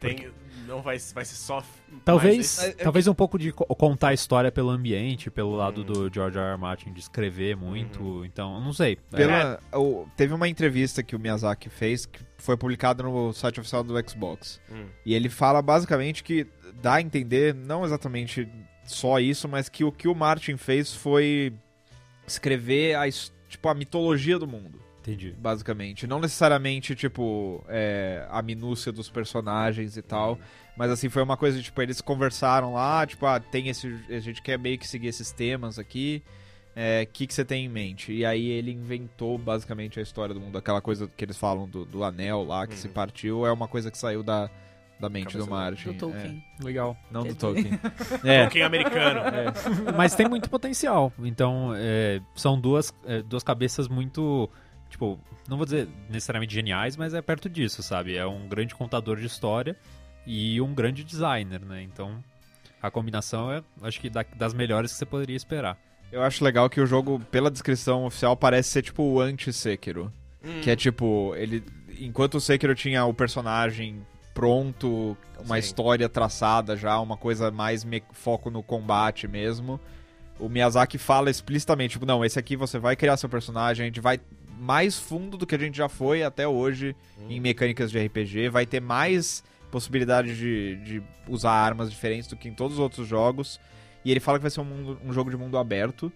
Tem, não vai, vai ser só. mais é- Talvez, esse- talvez um pouco de co- contar a história pelo ambiente, pelo lado do George R. R. Martin de escrever muito, então, não sei. Uhum. É, Pela- o- teve uma entrevista que o Miyazaki fez que foi publicada no site oficial do Xbox. Hum. E ele fala basicamente que dá a entender, não exatamente só isso, mas que o que o Martin fez foi escrever a, his- tipo, a mitologia do mundo, entendi. basicamente. Não necessariamente, tipo, é, a minúcia dos personagens e tal. Mas assim, foi uma coisa, tipo, eles conversaram lá, tipo, ah, tem esse. A gente quer meio que seguir esses temas aqui. É, que que você tem em mente? E aí ele inventou basicamente a história do mundo, aquela coisa que eles falam do, do anel lá que se Uhum. partiu, é uma coisa que saiu da, da mente Cabeça do do- Martin. Do Tolkien. Legal. É, não do Entendi. Tolkien. é, Quem é americano. Mas tem muito potencial. Então, é, são duas, é, duas cabeças muito. Tipo, não vou dizer necessariamente geniais, mas é perto disso, sabe? É um grande contador de história e um grande designer, né? Então, a combinação é, acho que, da- das melhores que você poderia esperar. Eu acho legal que o jogo, pela descrição oficial, parece ser tipo o anti-Sekiro. Hum, Que é tipo, ele. Enquanto o Sekiro tinha o personagem pronto, uma Então, Sim. história traçada já, uma coisa mais me- foco no combate mesmo. O Miyazaki fala explicitamente, tipo, não, esse aqui você vai criar seu personagem, a gente vai mais fundo do que a gente já foi até hoje em mecânicas de RPG, vai ter mais possibilidade de, de usar armas diferentes do que em todos os outros jogos. E ele fala que vai ser um, mundo- um jogo de mundo aberto,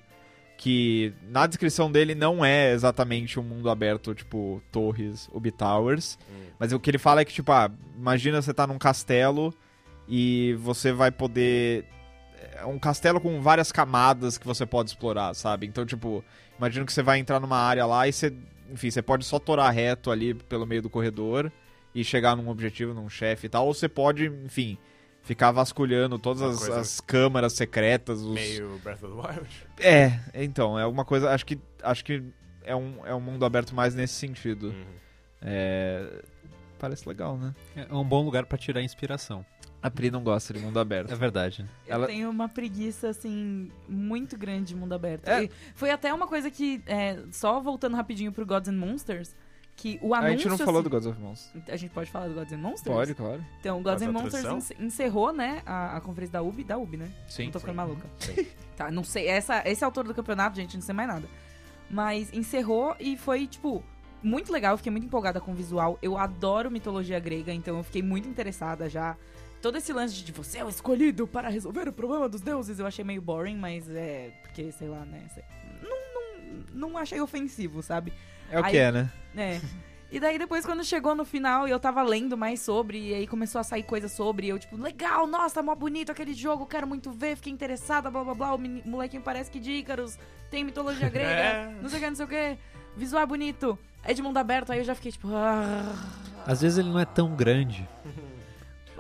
que na descrição dele não é exatamente um mundo aberto, tipo torres, Ubitowers, mas o que ele fala é que, tipo, ah, imagina você tá num castelo e você vai poder. É um castelo com várias camadas que você pode explorar, sabe? Então, tipo, imagina que você vai entrar numa área lá e você. Enfim, você pode só torar reto ali pelo meio do corredor e chegar num objetivo, num chefe e tal. Ou você pode, enfim, ficar vasculhando todas Uma as, coisa- as câmaras secretas, os, Meio Breath of the Wild. é, então, é alguma coisa. Acho que, acho que é, um, é um mundo aberto mais nesse sentido. Uhum. É, Parece legal, né? É um bom lugar pra tirar inspiração. A Pri não gosta de mundo aberto. É verdade. Ela- Eu tenho uma preguiça, assim, muito grande de mundo aberto. É. E Foi até uma coisa que, é, só voltando rapidinho pro Gods and Monsters, que o a anúncio... gente não falou do Gods of Monsters. do... A gente pode falar do Gods and Monsters? Pode, claro. Então, o Gods Faz and a Monsters tradução? ence- encerrou, né, a, a conferência da UB, da UB, né? Sim. não tô ficando maluca. Sim. Tá, não sei. Essa, esse autor do campeonato, gente, não sei mais nada. Mas encerrou e foi, tipo, muito legal. Eu fiquei muito empolgada com o visual. Eu adoro mitologia grega, então eu fiquei muito interessada já. Todo esse lance de, tipo, você é o escolhido para resolver o problema dos deuses, eu achei meio boring, mas é. Porque, sei lá, né? sei- Não, não, não achei ofensivo, sabe? É o Aí- que é, né? É. E daí depois, quando chegou no final e eu tava lendo mais sobre, e aí começou a sair coisa sobre, e eu, tipo, legal, nossa, mó bonito aquele jogo, quero muito ver, fiquei interessada, blá blá blá. O meni- molequinho parece que de Ícaros, tem mitologia grega, É. não sei o que, não sei o que. Visual é bonito, é de mundo aberto, aí eu já fiquei tipo. "Ah". Às vezes ele não é tão grande.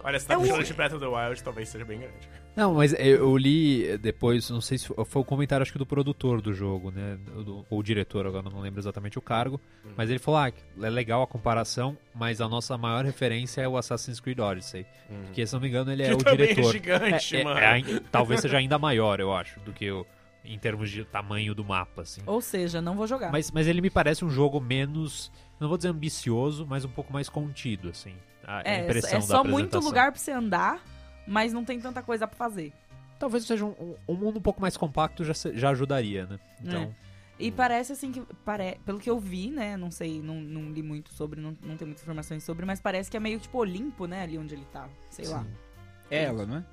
Olha, se tá É o- um puxando de Breath of the Wild, talvez seja bem grande. Não, mas eu eu li eh, depois, não sei se fo- foi o comentário, acho que do produtor do jogo, né? Ou do- ou diretor, agora não lembro exatamente o cargo. Hum. Mas ele falou: ah, é legal a comparação, mas a nossa maior referência é o Assassin's Creed Odyssey. Porque, se não me engano, ele é Uhum. que o também é diretor. gigante, É, é, mano. é ai- talvez seja ainda maior, eu acho, do que o, em termos de tamanho do mapa, assim. Ou seja, não vou jogar. Mas, mas ele me parece um jogo menos, não vou dizer ambicioso, mas um pouco mais contido, assim. A é, impressão é da só muito apresentação. lugar pra você andar, mas não tem tanta coisa pra fazer. Talvez seja um, um- um mundo um pouco mais compacto já, se- já ajudaria, né? Então, E parece assim que. Pare... Pelo que eu vi, né? Não sei, não, não li muito sobre, não, não tenho muitas informações sobre, mas parece que é meio tipo Olimpo, né? Ali onde ele tá. Sei lá. É ela, não é?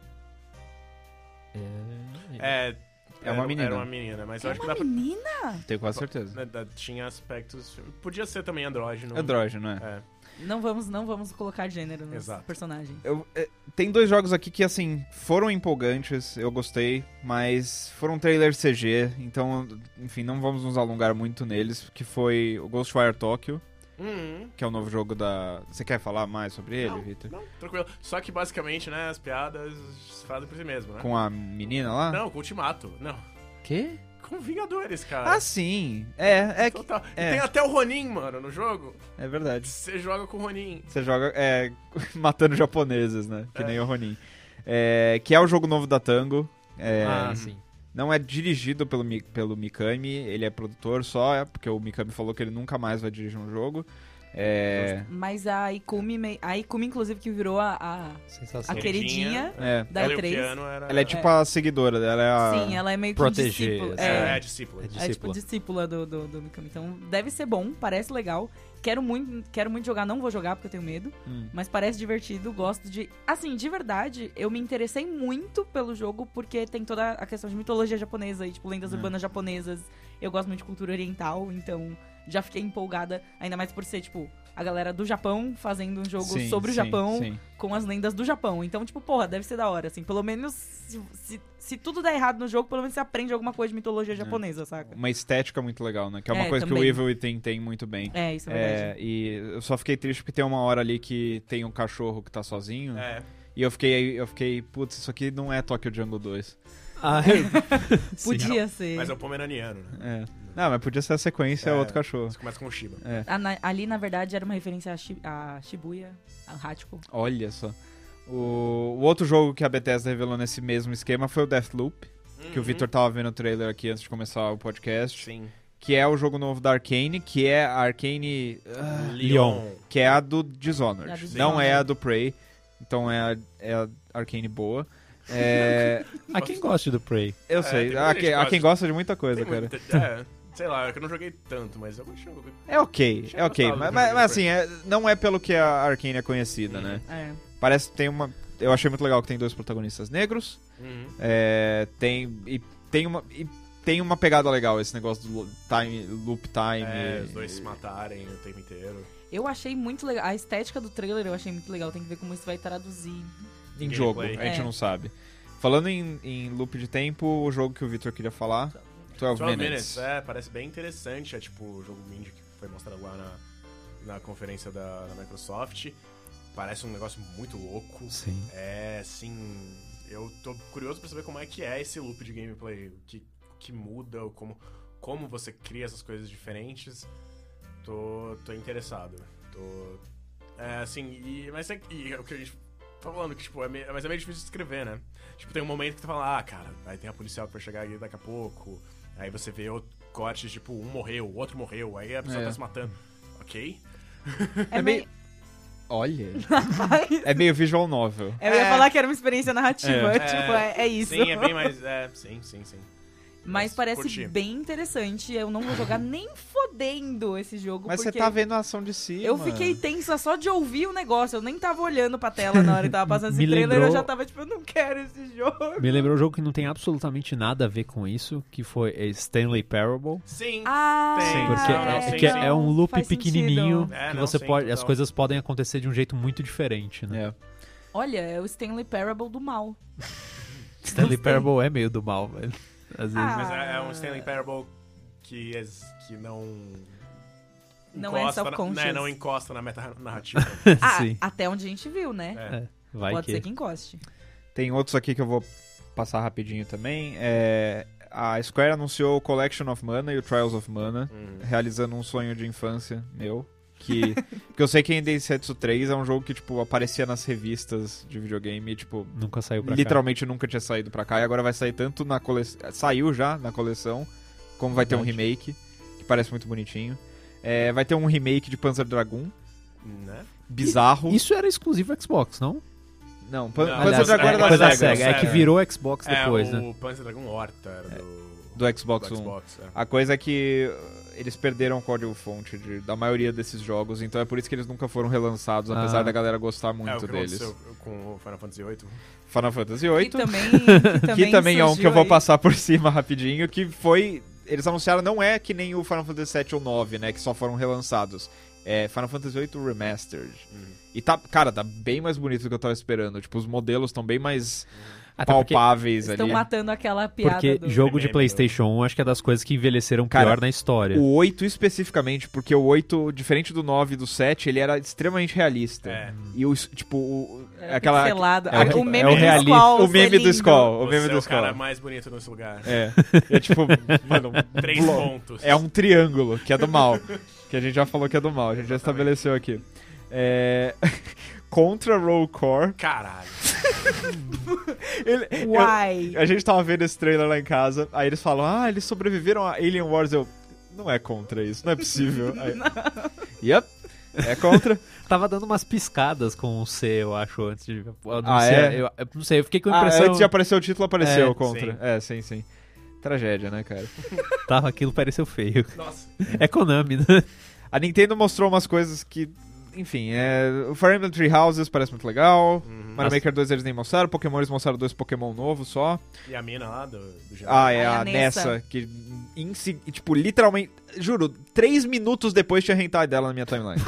É, É uma era- menina. Era uma menina, mas eu É acho que uma dá pra, menina? Tenho quase certeza. né, dá- tinha aspectos... Podia ser também andrógeno. Android, não é? É. Não vamos, não vamos colocar gênero nos Exato. personagens. Eu- é, tem dois jogos aqui que, assim, foram empolgantes, eu gostei, mas foram trailer CG, então, enfim, não vamos nos alongar muito neles, que foi o Ghostwire Tokyo, Uhum. que é o novo jogo da... Você quer falar mais sobre ele, Não, Victor? Não, tranquilo. Só que, basicamente, né, as piadas fazem por si mesmo, né? Com a menina lá? Não, com o Ultimato. Não. é, Quê? Com Vingadores, cara. Ah, sim. É, é, que- Total. E é. tem até o Ronin, mano, no jogo. é verdade. Você joga com o Ronin. Você joga é, matando japoneses, né? Que É. nem o Ronin. É, que é o jogo novo da Tango. É, ah, sim. Não é dirigido pelo, Mi- pelo Mikami, ele é produtor só, é, porque o Mikami falou que ele nunca mais vai dirigir um jogo. É, Mas a Ikumi, mei- a Ikumi inclusive, que virou a, a, a Sensação. Aquele- queridinha. é. Da Ela e o E3. Keanu era... Ela é tipo a seguidora, ela é a... Sim, ela é meio que Proteger, discípula. assim. É, É, é discípula. É é tipo discípula. discípula do, do, do Mikami. Então deve ser bom, parece legal. Quero muito, quero muito jogar, não vou jogar porque eu tenho medo. Hum. Mas parece divertido, gosto de. Assim, de verdade, eu me interessei muito pelo jogo porque tem toda a questão de mitologia japonesa e, tipo, lendas É. urbanas japonesas. Eu gosto muito de cultura oriental, então já fiquei empolgada, ainda mais por ser, tipo, a galera do Japão fazendo um jogo Sim, sobre o sim, Japão sim. com as lendas do Japão. Então, tipo, porra, deve ser da hora, assim. Pelo menos se, se, se tudo der errado no jogo, pelo menos você aprende alguma coisa de É. mitologia japonesa, saca? Uma estética muito legal, né? Que é uma É, coisa que o também. Evil Within tem muito bem. É, isso é É, verdade. e eu só fiquei triste porque tem uma hora ali que tem um cachorro que tá sozinho. É. E eu fiquei, eu fiquei, putz, isso aqui não é Tokyo Jungle 2. Ah, eu- Podia ser. Mas é o Pomeraniano, né? É. Não, mas podia ser a sequência É. outro cachorro. Você começa com o Shiba. A Ah, na- ali, na verdade, era uma referência a, Shi- a Shibuya, a Hachiko. Olha só. O, o outro jogo que a Bethesda revelou nesse mesmo esquema foi o Deathloop. É Uhum. que o Victor tava vendo o trailer aqui antes de começar o podcast, Hum, Sim. que é o jogo novo da Arcane, que é a Arcane, ah, que é a do Dishonored, É a do não é Dishonored. a do Prey, então é a, é a Arcane boa. É, A quem gosta do Prey? eu É, tem sei, muita há gente quem- há gosta. quem gosta de muita coisa, Tem cara. muita- é, sei lá, eu não joguei tanto, mas eu gostei. É ok, Tinha é ok. gostado Mas, do mas- jogo mas, do assim, é- não é pelo que a Arkane é conhecida, Uhum. né? É. Parece que tem uma. Eu achei muito legal que tem dois protagonistas negros. Uhum. é, tem. E tem uma. e tem uma pegada legal esse negócio do lo- time, loop time. É, os dois se matarem o tempo inteiro. Eu achei muito legal. A estética do trailer eu achei muito legal. Tem que ver como isso vai traduzir. em Gameplay. jogo, a gente É. não sabe. Falando em, em loop de tempo, o jogo que o Victor queria falar. 12, 12 minutes. Minutes, é, parece bem interessante. É tipo o jogo indie que foi mostrado lá na, na conferência da, da Microsoft. Parece um negócio muito louco. Sim. É, sim. Eu tô curioso pra saber como é que é esse loop de gameplay. O que, o que muda, ou como, como você cria essas coisas diferentes. Tô, tô interessado. Tô. É, assim, e, mas é, e é o que a gente tá falando, que, tipo, é meio, mas é meio difícil de escrever, né? Tipo, tem um momento que tu fala, ah, cara, aí tem a policial que vai chegar ali daqui a pouco. Aí você vê outro cortes, tipo, um morreu, o outro morreu, aí a pessoa É. tá se matando. Ok? É, É meio. Olha. é meio visual novel. Eu ia falar que era uma experiência narrativa. É. Tipo, é, é isso. Sim, é bem mais. É, sim, sim, sim. Mas parece curti. bem interessante. Eu não vou jogar nem fodendo esse jogo. Mas você porque tá vendo a ação de si. Eu fiquei tensa só de ouvir o negócio. Eu nem tava olhando pra tela na hora que tava passando esse Me trailer. Eu lembrou- já tava tipo, eu não quero esse jogo. Me lembrou um jogo que não tem absolutamente nada a ver com isso, que foi é Stanley Parable. Sim! Ah, Sim, Porque não, não, é, sim, que sim. é um loop faz pequenininho sentido. É, que não, você sim, pode, as total. coisas podem acontecer de um jeito muito diferente, né? É. Olha, é o Stanley Parable do mal. Stanley Parable é meio do mal, velho. Às vezes. Ah. Mas é, é um Stanley Parable que, es- que não. Não é encosta na- self-conscious. né, não encosta na meta-narrativa. Ah, Sim. até onde a gente viu, né? É. Vai Pode que. ser que encoste. Tem outros aqui que eu vou passar rapidinho também. É, a Square anunciou o Collection of Mana e o Trials of Mana, Hum. realizando um sonho de infância meu. Que, porque eu sei que Endei Setsu 3 é um jogo que, tipo, aparecia nas revistas de videogame e, tipo, Nunca saiu pra cá. literalmente nunca tinha saído pra cá. E agora vai sair tanto na coleção... Saiu já na coleção, como vai ter um Verdade. remake, que parece muito bonitinho. É, vai ter um remake de Panzer Dragoon, Né? bizarro. Isso era exclusivo Xbox, não? Não, Pan Não, Panzer aliás, Dragoon é era da coisa Sega. da Sega. É que Sega. virou Xbox depois, é, né? o Panzer Dragon Horta era do, Do Xbox, um do One. Xbox, é. A coisa é que uh, eles perderam o código-fonte de- da maioria desses jogos, então é por isso que eles nunca foram relançados, apesar Ah. da galera gostar É, o muito que deles. aconteceu com o Final Fantasy VIII. Final Fantasy Que VIII, também, que que também, também, é um que eu surgiu vou aí. passar por cima rapidinho, que foi... Eles anunciaram, não é que nem o Final Fantasy VII ou IX, né, que só foram relançados. É Final Fantasy VIII Remastered. Uhum. E tá, cara, tá bem mais bonito do que eu tava esperando. Tipo, os modelos estão bem mais Até porque, palpáveis Estão ali. matando aquela piada porque do... jogo de primeiro. PlayStation 1 acho que é das coisas que envelheceram Cara, pior na história. O 8 especificamente, porque o 8, diferente do 9 e do 7, ele era extremamente realista. É. E os, tipo, o, É, aquela. pixelado. é o- o meme é o do realismo. Skull. o meme do Skull. O Você meme é do o cara Skull. mais bonito nesse lugar. É. É tipo, mano, Três blo- pontos. é um triângulo, que é do mal. Que a gente já falou que é do mal, a gente já estabeleceu aqui. É... Contra Roll Core. Caralho. Ele- eu- Uai. a gente tava vendo esse trailer lá em casa, aí eles falam, ah, eles sobreviveram a Alien Wars. Eu, não é contra isso, não é possível. Aí, Yep, é contra. Tava dando umas piscadas com o C, eu acho, antes de anunciar. é? eu, eu não sei, eu fiquei com a Ah, impressão. antes de aparecer o título, apareceu É, o contra. sim. É, sim, sim. Tragédia, né, cara? Tava aquilo pareceu feio. Nossa. É Konami, né? A Nintendo mostrou umas coisas que. Enfim, é, o Fire Emblem Three Houses parece muito legal. Uhum. Mario Maker 2 eles nem mostraram. Pokémon eles mostraram dois Pokémon novos só. E a mina lá do, do Japão. Ah, é Ah, a, a Nessa, Nessa. que, em se- tipo, literalmente. Juro, três minutos depois tinha hentai dela na minha timeline.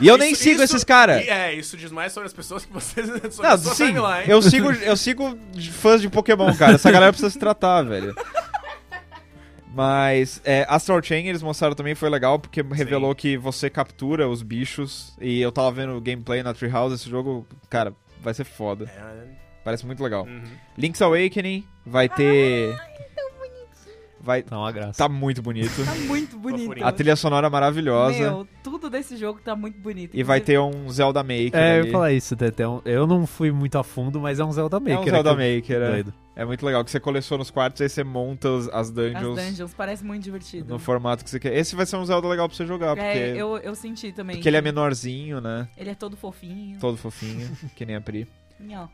e eu nem Isso- sigo isso- esses caras. E é, isso diz mais sobre as pessoas que vocês. sobre Não, a sua sim, timeline. eu sigo, eu sigo de- fãs de Pokémon, cara. Essa galera precisa se tratar, velho. Mas é, Astral Chain eles mostraram também, foi legal, porque revelou que você captura os bichos. E eu tava vendo o gameplay na Treehouse, esse jogo, cara, vai ser foda. É, Parece muito legal. uhum. Link's Awakening vai ter... é Vai... Tá uma graça. Tá muito bonito. Tá muito bonito. Fofurinho. A trilha sonora maravilhosa. Meu, tudo desse jogo tá muito bonito. E vai ter um Zelda Maker É, eu ali. ia falar isso, Tete. é um- Eu não fui muito a fundo, mas é um Zelda Maker. é um Zelda aquele Maker, é. doido. É muito legal que você coleciona os quartos e aí você monta os- as As dungeons, dungeons, parece muito divertido. no formato que você quer. Esse vai ser um Zelda legal pra você jogar, porque, É, eu, eu senti também. porque ele é menorzinho, né? Ele é todo fofinho. Todo fofinho, que nem a Pri. Ó.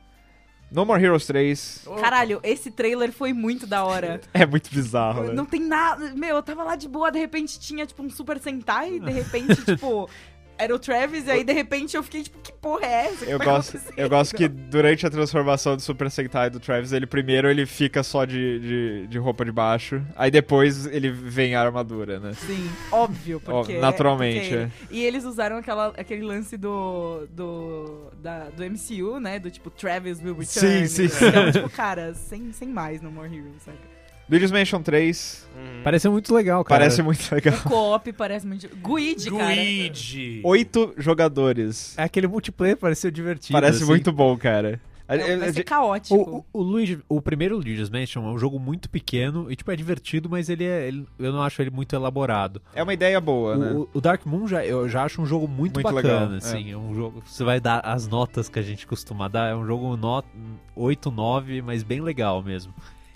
No More Heroes 3 Ô, Caralho, esse trailer foi muito da hora. é muito bizarro, né? Não tem nada. Meu, eu tava lá de boa, de repente tinha, tipo, um Super Sentai, de repente, tipo. Era o Travis, e aí de repente eu fiquei tipo, que porra é essa? Que Eu tá gosto, eu acontecendo? gosto que durante a transformação do Super Sentai do Travis, ele primeiro ele fica só de, de, de roupa de baixo, aí depois ele vem a armadura, né? Sim, óbvio, porque. Ó, naturalmente, é. porque ele- E eles usaram aquela, aquele lance do. do. da- do MCU, né? Do tipo, Travis will return. Sim, sim, Então, tipo, cara, sem, sem mais no More Heroes, saca? Luigi's Mansion 3 Uhum. Pareceu muito legal, cara. parece muito legal. O co-op parece muito. Guide, cara. é um, Luigi. Oito jogadores. É aquele multiplayer, pareceu divertido. Parece assim. muito bom, cara. A- É, vai a- ser a- caótico. O, o, o Luigi, o primeiro Luigi's Mansion é um jogo muito pequeno e, tipo, é divertido, mas ele é. ele- eu não acho ele muito elaborado. é uma ideia boa, né? O, o Dark Moon já, eu já acho um jogo muito, Muito bacana, legal, assim. É. um jogo. Você vai dar as notas que a gente costuma dar. É um jogo not, 8, 9, mas bem legal mesmo.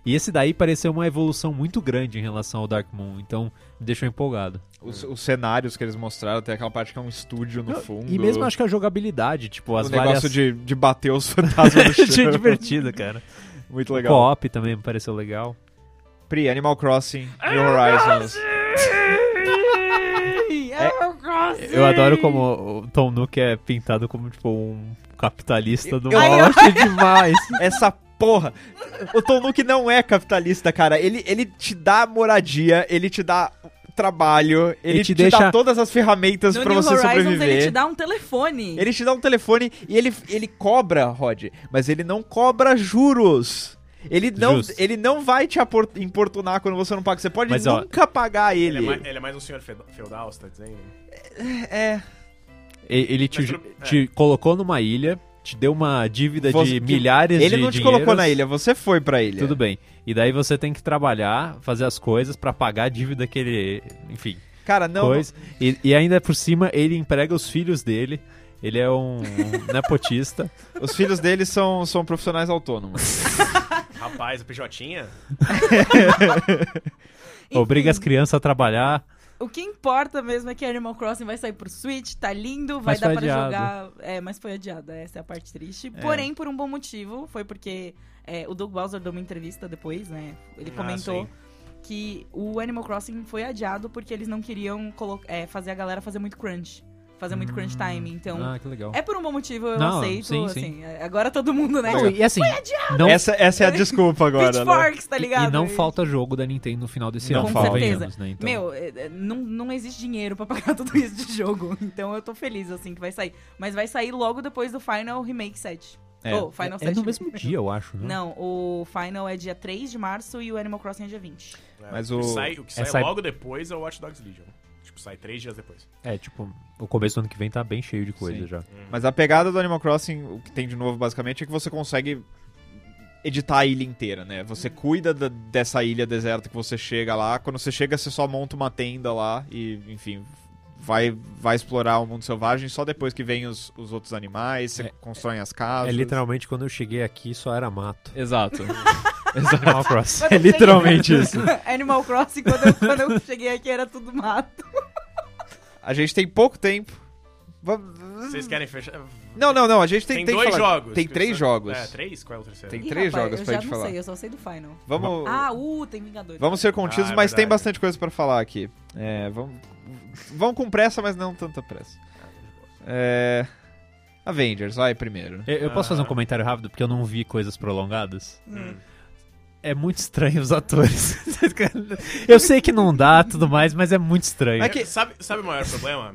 E esse daí pareceu uma evolução muito grande em relação ao Dark Moon, então me deixou empolgado. Os, os cenários que eles mostraram, tem aquela parte que é um estúdio no Não, fundo. E mesmo acho que a jogabilidade, tipo, o as negócio várias. de, de bater os fantasmas no Achei chão. divertido, cara. Muito O legal. Co-op também me pareceu legal. Pri, Animal Crossing, New Horizons. é, é, Eu adoro como o Tom Nook é pintado como, tipo, um capitalista do Eu- mal. Eu achei demais. Essa porra. O Tom Nook não é capitalista, cara. Ele, ele te dá moradia, ele te dá trabalho, ele, Ele te, te dá deixa- todas as ferramentas No pra New você Horizons sobreviver. ele te dá um telefone. Ele te dá um telefone e ele, ele cobra, Rod, mas ele não cobra juros. Ele não, Justo. ele não vai te apor- importunar quando você não paga. Você pode Mas, ó, nunca pagar Ele ele. é, mais, ele é mais um senhor fed- feudal, você tá dizendo? É, E- Ele te, Mas tudo- te colocou numa ilha, te deu uma dívida Você- de que- milhares de ele não te colocou dinheiros. na ilha, você foi pra ilha. Tudo bem. E daí você tem que trabalhar, fazer as coisas pra pagar a dívida que ele. Enfim, Cara, não. coisa. E, e ainda por cima, ele emprega os filhos dele. Ele é um um nepotista. Os filhos dele são, são profissionais autônomos. Rapaz, a PJ? Enfim, obriga as crianças a trabalhar. O que importa mesmo é que Animal Crossing vai sair pro Switch, tá lindo, vai Mas dar foi pra adiado. jogar. É, mas foi adiado, essa é a parte triste. Porém, por um bom motivo, foi porque é, o Doug Bowser deu uma entrevista depois, né? Ele Ah, comentou sim. que o Animal Crossing foi adiado porque eles não queriam colo- é, fazer a galera fazer muito crunch. Fazer muito crunch time, então. Ah, que legal. É por um bom motivo, eu Não, aceito. sim, sim. assim, é, Agora todo mundo, né? Não, e assim, não, É, Essa, essa é a desculpa agora, né? Pitchforks, tá ligado? e não falta jogo da Nintendo no final desse Não ano. falta. convenhamos, Né? Então, Meu, é, é, não, não existe dinheiro pra pagar tudo isso de jogo. Então eu tô feliz, assim, que vai sair. Mas vai sair logo depois do Final Remake 7. É. Ou Final é 7. no mesmo dia, eu acho. Né? Não, o Final é dia 3 de março e o Animal Crossing é dia 20. É, Mas que o- sai, o que sai essa- logo depois é o Watch Dogs Legion. Tipo, sai três dias depois. É, tipo, o começo do ano que vem tá bem cheio de coisa Sim. já. Mas a pegada do Animal Crossing, o que tem de novo basicamente, é que você consegue editar a ilha inteira, né? Você cuida da- dessa ilha deserta que você chega lá. Quando você chega, você só monta uma tenda lá e, enfim, vai, vai explorar o mundo selvagem. Só depois que vem os, os outros animais, você constrói as casas. É literalmente quando eu cheguei aqui só era mato. Exato. Animal Crossing. Quando eu literalmente cheguei- isso. Animal Crossing, quando eu, quando eu cheguei aqui, era tudo mato. a gente tem pouco tempo. Va- Vocês querem fechar? Não, não, não. A gente tem, Tem, tem que dois falar. jogos. Tem três jogos. É, três? Qual é o terceiro? Tem Ih, três rapaz, jogos eu pra já gente não falar. sei, eu só sei do Final. Vamos. Ah, uh, tem Vingadores. Vamos ser contidos, Ah, é mas tem verdade. bastante coisa pra falar aqui. É, vamos, vamos com pressa, mas não tanta pressa. É, Avengers, vai primeiro. Eu, eu posso fazer um Ah. comentário rápido porque eu não vi coisas prolongadas? Hum. É muito estranho os atores. eu sei que não dá tudo mais, mas é muito estranho. Mas que- Sabe, sabe o maior problema?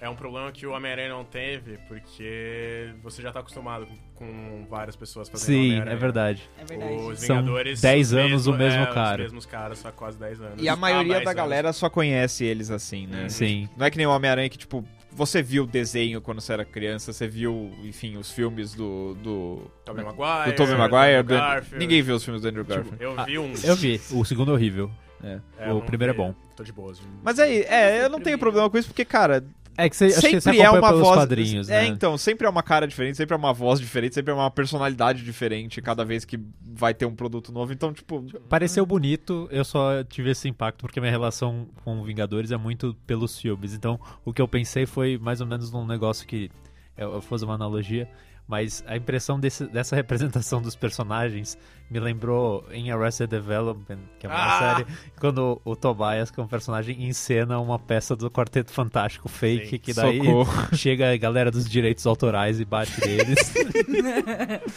É um problema que o Homem-Aranha não teve, porque você já tá acostumado com, com várias pessoas fazendo Sim, Homem-Aranha. é verdade. É verdade. Os São Vingadores. 10 os anos o mesmo é, cara. Os mesmos caras há quase 10 anos. E a Há maioria 10 da anos. galera só conhece eles assim, né? Sim. Não é que nem o Homem-Aranha que, tipo, você viu o desenho quando você era criança, você viu, enfim, os filmes do. do, Tobey Maguire. do Tobey Maguire. do do- Andrew Garfield. Ninguém viu os filmes do Andrew Tipo, Garfield. eu vi um. Eu vi. O segundo é horrível. É. É, o não primeiro é vi. bom. Tô de boas. Mas aí, é, sei eu não tenho primeiro. problema com isso, porque, cara, É que você, acho que você sempre é acompanha uma pelos voz. quadrinhos, é, né? então, sempre é uma cara diferente, sempre é uma voz diferente, sempre é uma personalidade diferente cada vez que vai ter um produto novo. Então, tipo, Pareceu bonito, eu só tive esse impacto porque minha relação com Vingadores é muito pelos filmes. Então, o que eu pensei foi mais ou menos num negócio que eu eu fosse uma analogia, mas a impressão desse- dessa representação dos personagens me lembrou em Arrested Development, que é uma Ah! série, quando o Tobias, que é um personagem, encena uma peça do Quarteto Fantástico fake, Sim. que daí socorro. chega a galera dos direitos autorais e bate neles.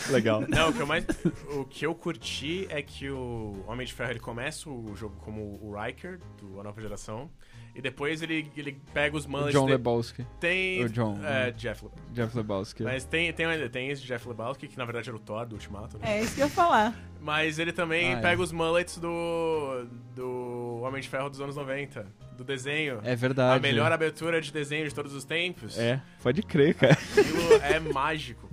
Legal. Não, o que eu mais. O que eu curti é que o Homem de Ferro ele começa o jogo como o Riker, do A Nova Geração. E depois ele, ele pega os manos. John de- Lebowski. Tem. o John, É, né? Jeff Lebowski. Jeff Lebowski. Mas tem, tem, tem esse Jeff Lebowski, que na verdade era o Thor do Ultimato, né? É isso que eu ia falar. Mas ele também Ah, é. pega os mullets do. do Homem de Ferro dos anos 90. Do desenho. É A verdade. melhor abertura de desenho de todos os tempos. É, pode crer, cara. Aquilo é mágico.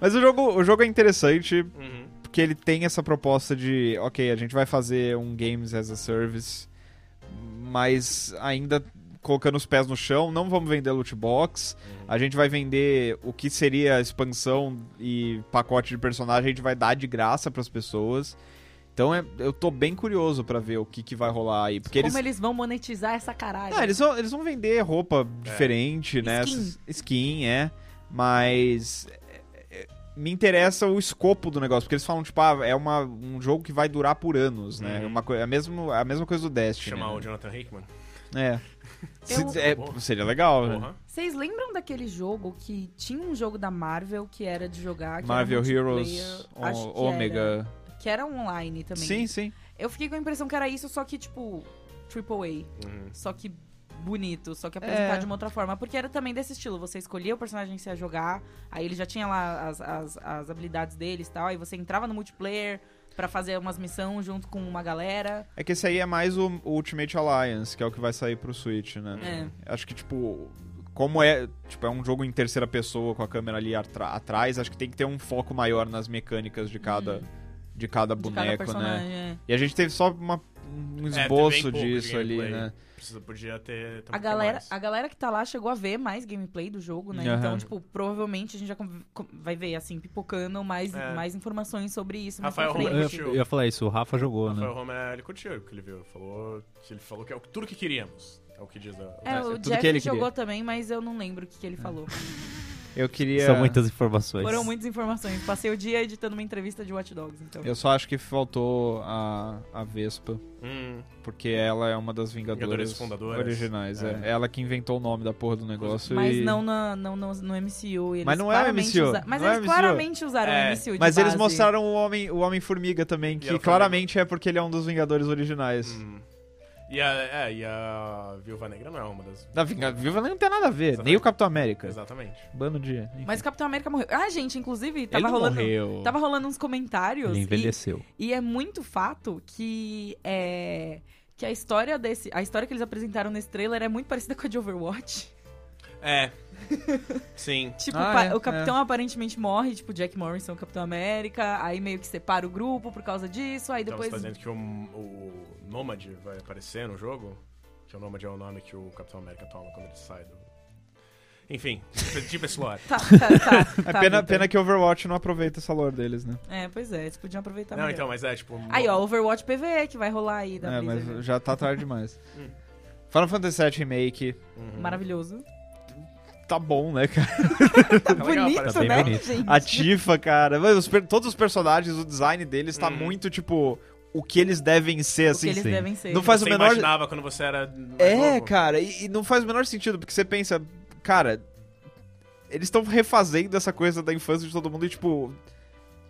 Mas o jogo, o jogo é interessante Uhum. porque ele tem essa proposta de, ok, a gente vai fazer um games as a service, mas ainda colocando os pés no chão, não vamos vender loot box, a gente vai vender o que seria a expansão e pacote de personagem, a gente vai dar de graça pras pessoas. Então é- eu tô bem curioso pra ver o que, que vai rolar aí, porque Como eles eles vão monetizar essa caralho? não, eles vão, eles vão vender roupa É. diferente, né? Skin. Essas- Skin, é. Mas. é, é, Me interessa o escopo do negócio, porque eles falam, tipo, ah, é uma, um jogo que vai durar por anos, né? Uhum. Uma coi- é a, mesmo, a mesma coisa do Destiny. Chamar o né? Jonathan Hickman. É. Eu- Se- é, Porra. Seria legal, né? Porra. Vocês lembram daquele jogo que tinha um jogo da Marvel que era de jogar? Que Marvel era multiplayer? Heroes Acho que o- Omega. era- que era online também. Sim, sim. Eu fiquei com a impressão que era isso, só que tipo, AAA. Uhum. Só que bonito, só que apresentar de uma outra forma. Porque era também desse estilo, você escolhia o personagem que você ia jogar, aí ele já tinha lá as, as, as habilidades deles e tal, aí você entrava no multiplayer pra fazer umas missões junto com uma galera. É que esse aí é mais o, o Ultimate Alliance, que é o que vai sair pro Switch, Uhum. né? É. Acho que, tipo, como é, tipo, é um jogo em terceira pessoa com a câmera ali atra- atrás, acho que tem que ter um foco maior nas mecânicas de cada, de cada Uhum. de cada boneco, né? personagem. é. E a gente teve só uma- um É, esboço tem bem pouco disso de ali, gameplay. né? Precisa, podia ter. ter um A Então, pouquinho galera, mais. a galera que tá lá chegou a ver mais gameplay do jogo, né? Aham. Então, tipo, provavelmente a gente já com- com- vai ver, assim, pipocando mais, É. mais informações sobre isso. Rafael mais pra Romero. frente. eu, eu ia falar isso, o Rafa jogou, né? Rafael Romero, ele curtiu o que ele viu. Falou que ele falou que é o- tudo que queríamos. É o que diz a. É, o tudo que Jeff ele queria. É. jogou também, mas eu não lembro o que, que ele falou. Eu queria. São muitas informações. Foram muitas informações. Passei o dia editando uma entrevista de Watch Dogs, então. Eu só acho que faltou a, a Vespa, Hum, porque ela é uma das Vingadoras, Vingadoras fundadoras. originais. É. É. ela que inventou o nome da porra do negócio. Mas e- não, na, não, no, no MCU. Eles Mas não é o claramente MCU, usa- Mas não é eles o MCU. claramente usaram É, o MCU de Mas eles base. mostraram o homem, o homem formiga também, é o que Formiga. claramente é porque ele é um dos Vingadores originais. hum. E a, é, e a Viúva Negra não é uma das. Da Vinga- Viúva Negra não tem nada a ver, Exatamente. nem o Capitão América. Exatamente. Bando de. Mas o Capitão América morreu. Ah, gente, inclusive, ele tava não rolando... morreu. Tava rolando uns comentários Ele e, envelheceu. e é muito fato que é que a história desse, a história que eles apresentaram nesse trailer é muito parecida com a de Overwatch. É. Sim. Tipo, Ah, o pa- é, o capitão aparentemente morre, tipo Jack Morrison, o Capitão América, aí meio que separa o grupo por causa disso, aí Então depois você tá dizendo que o, o Nômade vai aparecer no jogo? Que o Nômade é o nome que o Capitão América toma quando ele sai do. Enfim, tipo esse lore. Tá, tá, tá. É tá, pena, Vitor. pena que Overwatch não aproveita essa lore deles, né? É, pois é, eles podiam aproveitar não, melhor. então, mas é tipo. Aí, ó, Overwatch PVE que vai rolar aí da É, Blizzard. mas já tá tarde demais. Hum. Final Fantasy VII Remake, Uhum. Maravilhoso. tá bom, né, cara? Tá legal, Bonito, parece bem né, bonito. gente? A Tifa, cara. Mas os per- todos os personagens, o design deles tá Hum. muito, tipo, o que eles devem ser, o que assim. eles sim. devem ser. Não faz você o menor. imaginava quando você era. mais É, novo. cara, e, e não faz o menor sentido, porque você pensa, cara, eles estão refazendo essa coisa da infância de todo mundo e, tipo,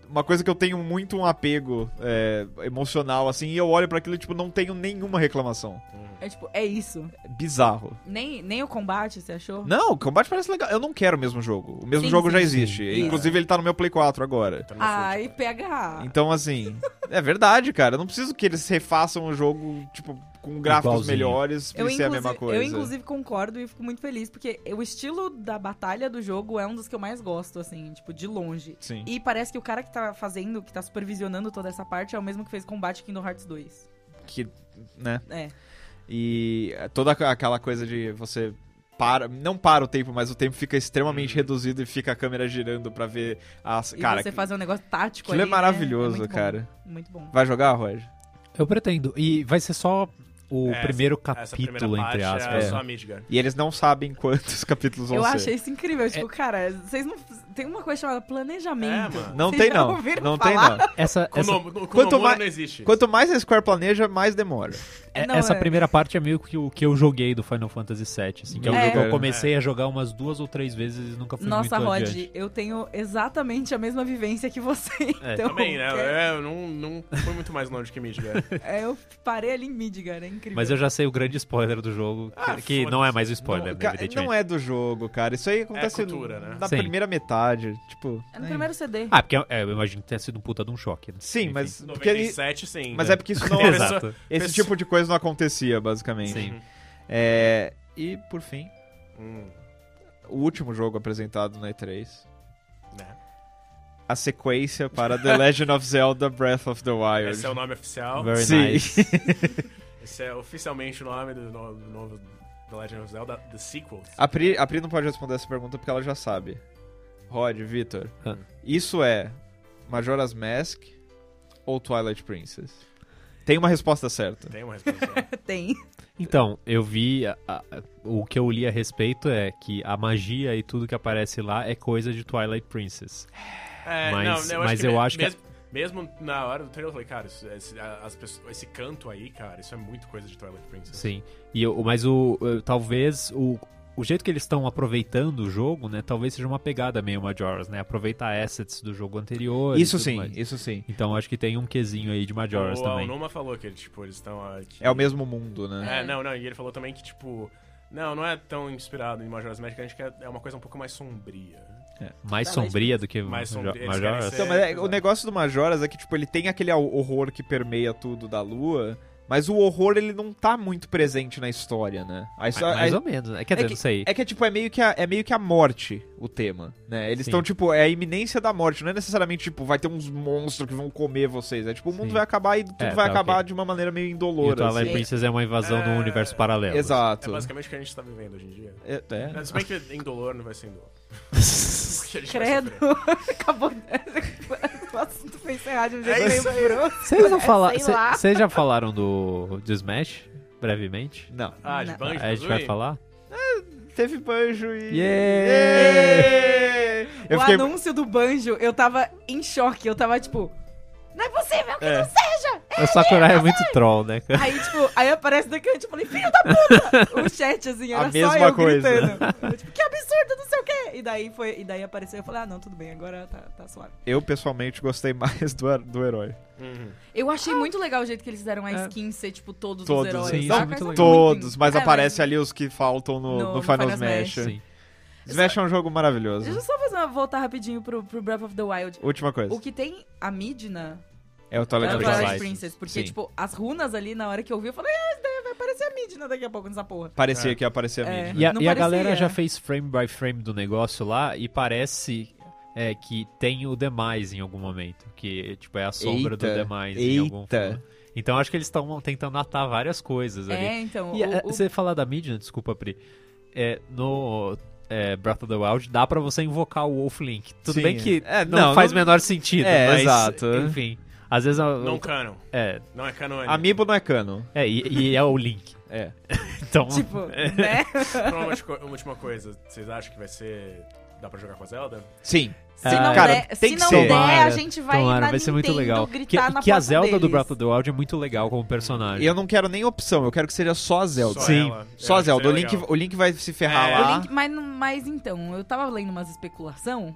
uma coisa que eu tenho muito um apego é, emocional, assim, e eu olho pra aquilo e, tipo, não tenho nenhuma reclamação. É tipo, é isso. Bizarro. Nem, nem o combate, você achou? Não, o combate parece legal. Eu não quero o mesmo jogo. O mesmo Sim, jogo já sim, É. existe. sim. Inclusive, ele tá no meu Play 4 agora. Tá no Ai, fute, PH. Então, assim, é verdade, cara. Eu não preciso que eles refaçam o jogo, tipo, com gráficos Igualzinho. melhores pra ser é a mesma inclusive- coisa. eu, inclusive, concordo e fico muito feliz, porque o estilo da batalha do jogo é um dos que eu mais gosto, assim, tipo, de longe. Sim. E parece que o cara que tá fazendo, que tá supervisionando toda essa parte, é o mesmo que fez combate Kingdom Hearts 2. Que, né? É. E toda aquela coisa de você para, não para o tempo, mas o tempo fica Hum. extremamente reduzido e fica a câmera girando pra ver as. E cara, você fazer um negócio tático aquilo é ali, né? maravilhoso, muito bom, cara. Muito bom. Vai jogar, Roger? Eu pretendo. E vai ser só o É, primeiro Essa primeira capítulo, parte entre é aspas. só né? a Midgar. E eles não sabem quantos capítulos vão Eu ser. achei isso incrível. Tipo, cara, vocês não. Tem uma coisa chamada planejamento. É, mano. Não Vocês tem já não. ouviram Não tem falar? não. Essa, essa, Konom- Konomoro Quanto mais- não existe. Quanto mais a Square planeja, mais demora. é- Não, essa é. primeira parte é meio que o que eu joguei do Final Fantasy VII. Assim, que é um É. jogo que eu É. comecei a jogar umas duas ou três vezes e nunca fui Nossa, muito Rod, adiante. eu tenho exatamente a mesma vivência que você. É, então, Também, né? que- É, eu não, não fui muito mais longe que Midgar. é, eu parei ali em Midgar, é incrível. Mas eu já sei o grande spoiler do jogo, que- Ah, que não é mais o spoiler, Ca- né, evidentemente. É não é do jogo, cara. Isso aí acontece cultura, né? na Sim. primeira metade. Tipo. É no primeiro CD. Ah, porque é, eu imagino que tenha sido um puta de um choque. né? Sim, Enfim. mas. Porque, 97, sim. mas né? é porque isso não. Exato. esse tipo de coisa não acontecia, basicamente. Sim. É, e, por fim, Hum, o último jogo apresentado na E3. né? A sequência para The Legend of Zelda Breath of the Wild. Esse é o nome oficial. Very Sim. nice. Esse é oficialmente o nome do no- do novo The Legend of Zelda, The Sequel. A Pri, a Pri não pode responder essa pergunta porque ela já sabe. Rod, Vitor, Ah. isso é Majora's Mask ou Twilight Princess? Tem uma resposta certa. Tem uma resposta. Tem. Então, eu vi. a- a- o que eu li a respeito é que a magia e tudo que aparece lá é coisa de Twilight Princess. É, Mas- não, mas eu acho que- é- Mesmo, mesmo na hora do trailer, eu falei, cara, isso- esse, a- as pessoas- esse canto aí, cara, isso é muito coisa de Twilight Princess. Sim. E eu, mas o, eu- talvez o, o jeito que eles estão aproveitando o jogo, né? Talvez seja uma pegada meio Majora's, né? Aproveitar assets do jogo anterior. e Isso tudo sim, mais. isso sim. Então acho que tem um quesinho aí de Majora's o também. Alnuma falou que, tipo, eles estão... ah, que- É o mesmo mundo, né? É, não, não, e ele falou também que, tipo, não, não é tão inspirado em Majora's Mask, a gente quer é uma coisa um pouco mais sombria. Mais Tá, mas- sombria do que Mais Majo- sombria, eles Majora's. querem ser- Então, mas é- exato. o negócio do Majoras é que, tipo, ele tem aquele hor- horror que permeia tudo da lua, mas o horror, ele não tá muito presente na história, né? A histó- Ah, Mais a- ou menos, né? Quer dizer, que- não sei. É que, tipo, é meio que a, é meio que a morte o tema, né? Eles Sim. estão, tipo, é a iminência da morte. Não é necessariamente, tipo, vai ter uns monstros que vão comer vocês. É, tipo, o mundo Sim. vai acabar e tudo É, vai tá, acabar ok. de uma maneira meio E o indolora. Twilight assim. Princess é uma invasão num É, universo paralelo. É Exato. basicamente o que a gente tá vivendo hoje em dia. É, é. Mas, se bem que em dolor não vai ser em dolor. Porque a gente vai Credo. sofrer. Acabou. o assunto foi encerrado de um jeito É meio isso aí. grosso. Vocês não fala- É, sei cê- lá. Vocês já falaram do, do Smash? Brevemente? é. Não. Ah, de Não. Banjo, Aí É, a gente vai Kazooie? falar? Teve banjo e. Yeah! Yeah! Eu o fiquei. anúncio do banjo, eu tava em choque. Eu tava tipo. Não é possível que É. não seja! O Sakurai é muito troll, né? cara? Aí, tipo, aí aparece daqui, eu tipo, falei, filho da puta! O chat, assim, A era mesma só eu coisa. gritando. Eu, tipo, que absurdo, não sei o quê! E daí, foi, e daí apareceu, eu falei, ah, não, tudo bem, agora tá, tá suave. Eu, pessoalmente, gostei mais do, do herói. Uhum. Eu achei muito legal o jeito que eles fizeram a É. skin ser, tipo, todos, Todos, é os heróis. sim, saca? sim, muito São legal. Todos, mas É, aparece ali os que faltam no, No- no no Final Final Smash. Smash. Sim. Smash é um jogo maravilhoso. Deixa eu só fazer uma, voltar rapidinho pro, pro Breath of the Wild. Última coisa. O que tem a Midna É o Twilight é o Twilight Princess. Twilight Princess. Princess. Porque, Sim. tipo, as runas ali, na hora que eu vi, eu falei, ah, daí vai aparecer a Midna daqui a pouco nessa porra. Parecia É. que ia aparecer a É. mídia. E a, Não e a parecia. galera já fez frame by frame do negócio lá e parece é, que tem o demais em algum momento. Que, tipo, é a sombra do Eita, demais em eita. algum filme. Então acho que eles estão tentando atar várias coisas ali. É, então. E o- é, o- você falar da Midna, desculpa, Pri. É, no é, Breath of the Wild, dá pra você invocar o Wolf Link. Tudo Sim, bem que é. É, não, não, faz não- menor sentido, É, mas, exato. enfim. Às vezes... a- Não canon. É, Não é canônico. Amiibo não é cano. é e, e é o Link. É. Então, Tipo, né? Pra uma, ulti- uma última coisa, vocês acham que vai ser... Dá pra jogar com a Zelda? Sim. Se Ah, não Cara, der, tem se que não ser. der a Tomara, gente vai tomara, na então, vai ser muito Nintendo legal. Que, gritar na que a porta Zelda deles. do Breath of the Wild é muito legal como personagem. E eu não quero nem opção, eu quero que seja só a Zelda. Só Sim. ela. Eu Só a acho que Zelda. O seria Link, legal. o Link vai se ferrar É. lá. O Link- mas, não- mas então, eu tava lendo umas especulação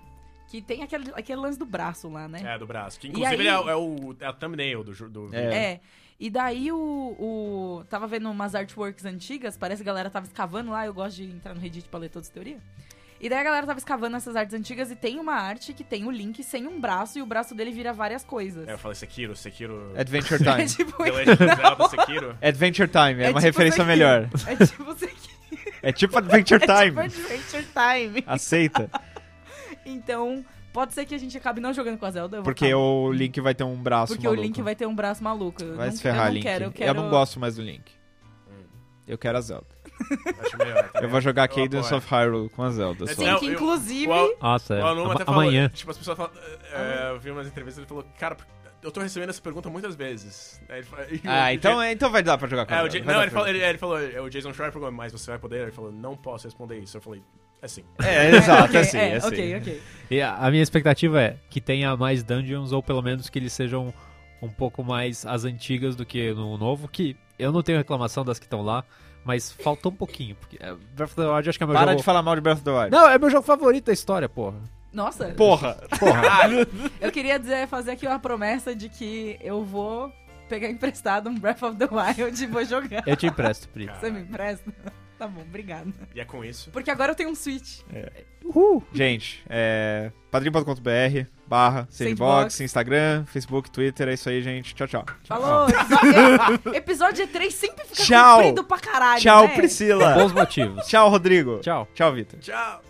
que tem aquele, aquele lance do braço lá, né? É, do braço. Que, inclusive, aí- é, o- é o, é a thumbnail do... ju- do É. E daí o, o- Tava vendo umas artworks antigas, parece que a galera tava escavando lá, eu gosto de entrar no Reddit pra ler todas as teorias. E daí a galera tava escavando essas artes antigas e tem uma arte que tem o Link sem um braço e o braço dele vira várias coisas. É, eu falei Sekiro, Sekiro... Adventure É Time. tipo, The Legend of Zelda, não. Sekiro. Adventure Time, é, É uma tipo referência Sekiro. melhor. É tipo você que É tipo Adventure é tipo Time. Adventure Time. Aceita. Então, pode ser que a gente acabe não jogando com a Zelda. Eu vou Porque acabar. o Link vai ter um braço Porque maluco. o Link vai ter um braço maluco. Eu Vai não, se ferrar, eu não Link. Quero, eu, quero... não gosto mais do Link. Eu quero a Zelda. Acho melhor. tá Eu vou jogar Hum. Eu Cadence apoio. of Hyrule com a Zelda É, só. Sim, Não, que eu- inclusive. o Al- Nossa, O aluno até é. falou, amanhã. tipo, as pessoas falam. é, é, eu vi umas entrevistas, ele falou, cara, eu tô recebendo essa pergunta muitas vezes. Aí ele fala- Ah, e É o então, Ja- então vai dar pra jogar com a é, o Zelda. Ja- vai Não, dar ele pra falou, ele, ele falou, é, o Jason Schreier perguntou, mas você vai poder? Ele falou, não posso responder isso. Eu falei, é sim. jogar. É, exato, ok, é assim, é assim. Ok, ok. E a, a minha expectativa é que tenha mais dungeons, ou pelo menos que eles sejam um pouco mais as antigas do que no novo, que eu não tenho reclamação das que estão lá, mas faltou um pouquinho, porque é, Breath of the Wild acho que é meu Para jogo... de falar mal de Breath of the Wild. Não, é meu jogo favorito da história, porra. Nossa, Porra! Ah, eu queria dizer, fazer aqui uma promessa de que eu vou pegar emprestado um Breath of the Wild e vou jogar. Eu te empresto, Pri. Você me empresta? Tá bom, obrigado. E é com isso. Porque agora eu tenho um Switch. É. Uhul! Gente, é padrim.com.br barra sandbox, Sandbox. Instagram, Facebook, Twitter, é isso aí, gente. Tchau, tchau. Falou! Episódio, é, episódio 3 sempre fica Tchau. comprido pra caralho. Tchau, né? Priscila. Bons motivos. tchau, Rodrigo. Tchau. Tchau, Vitor. Tchau!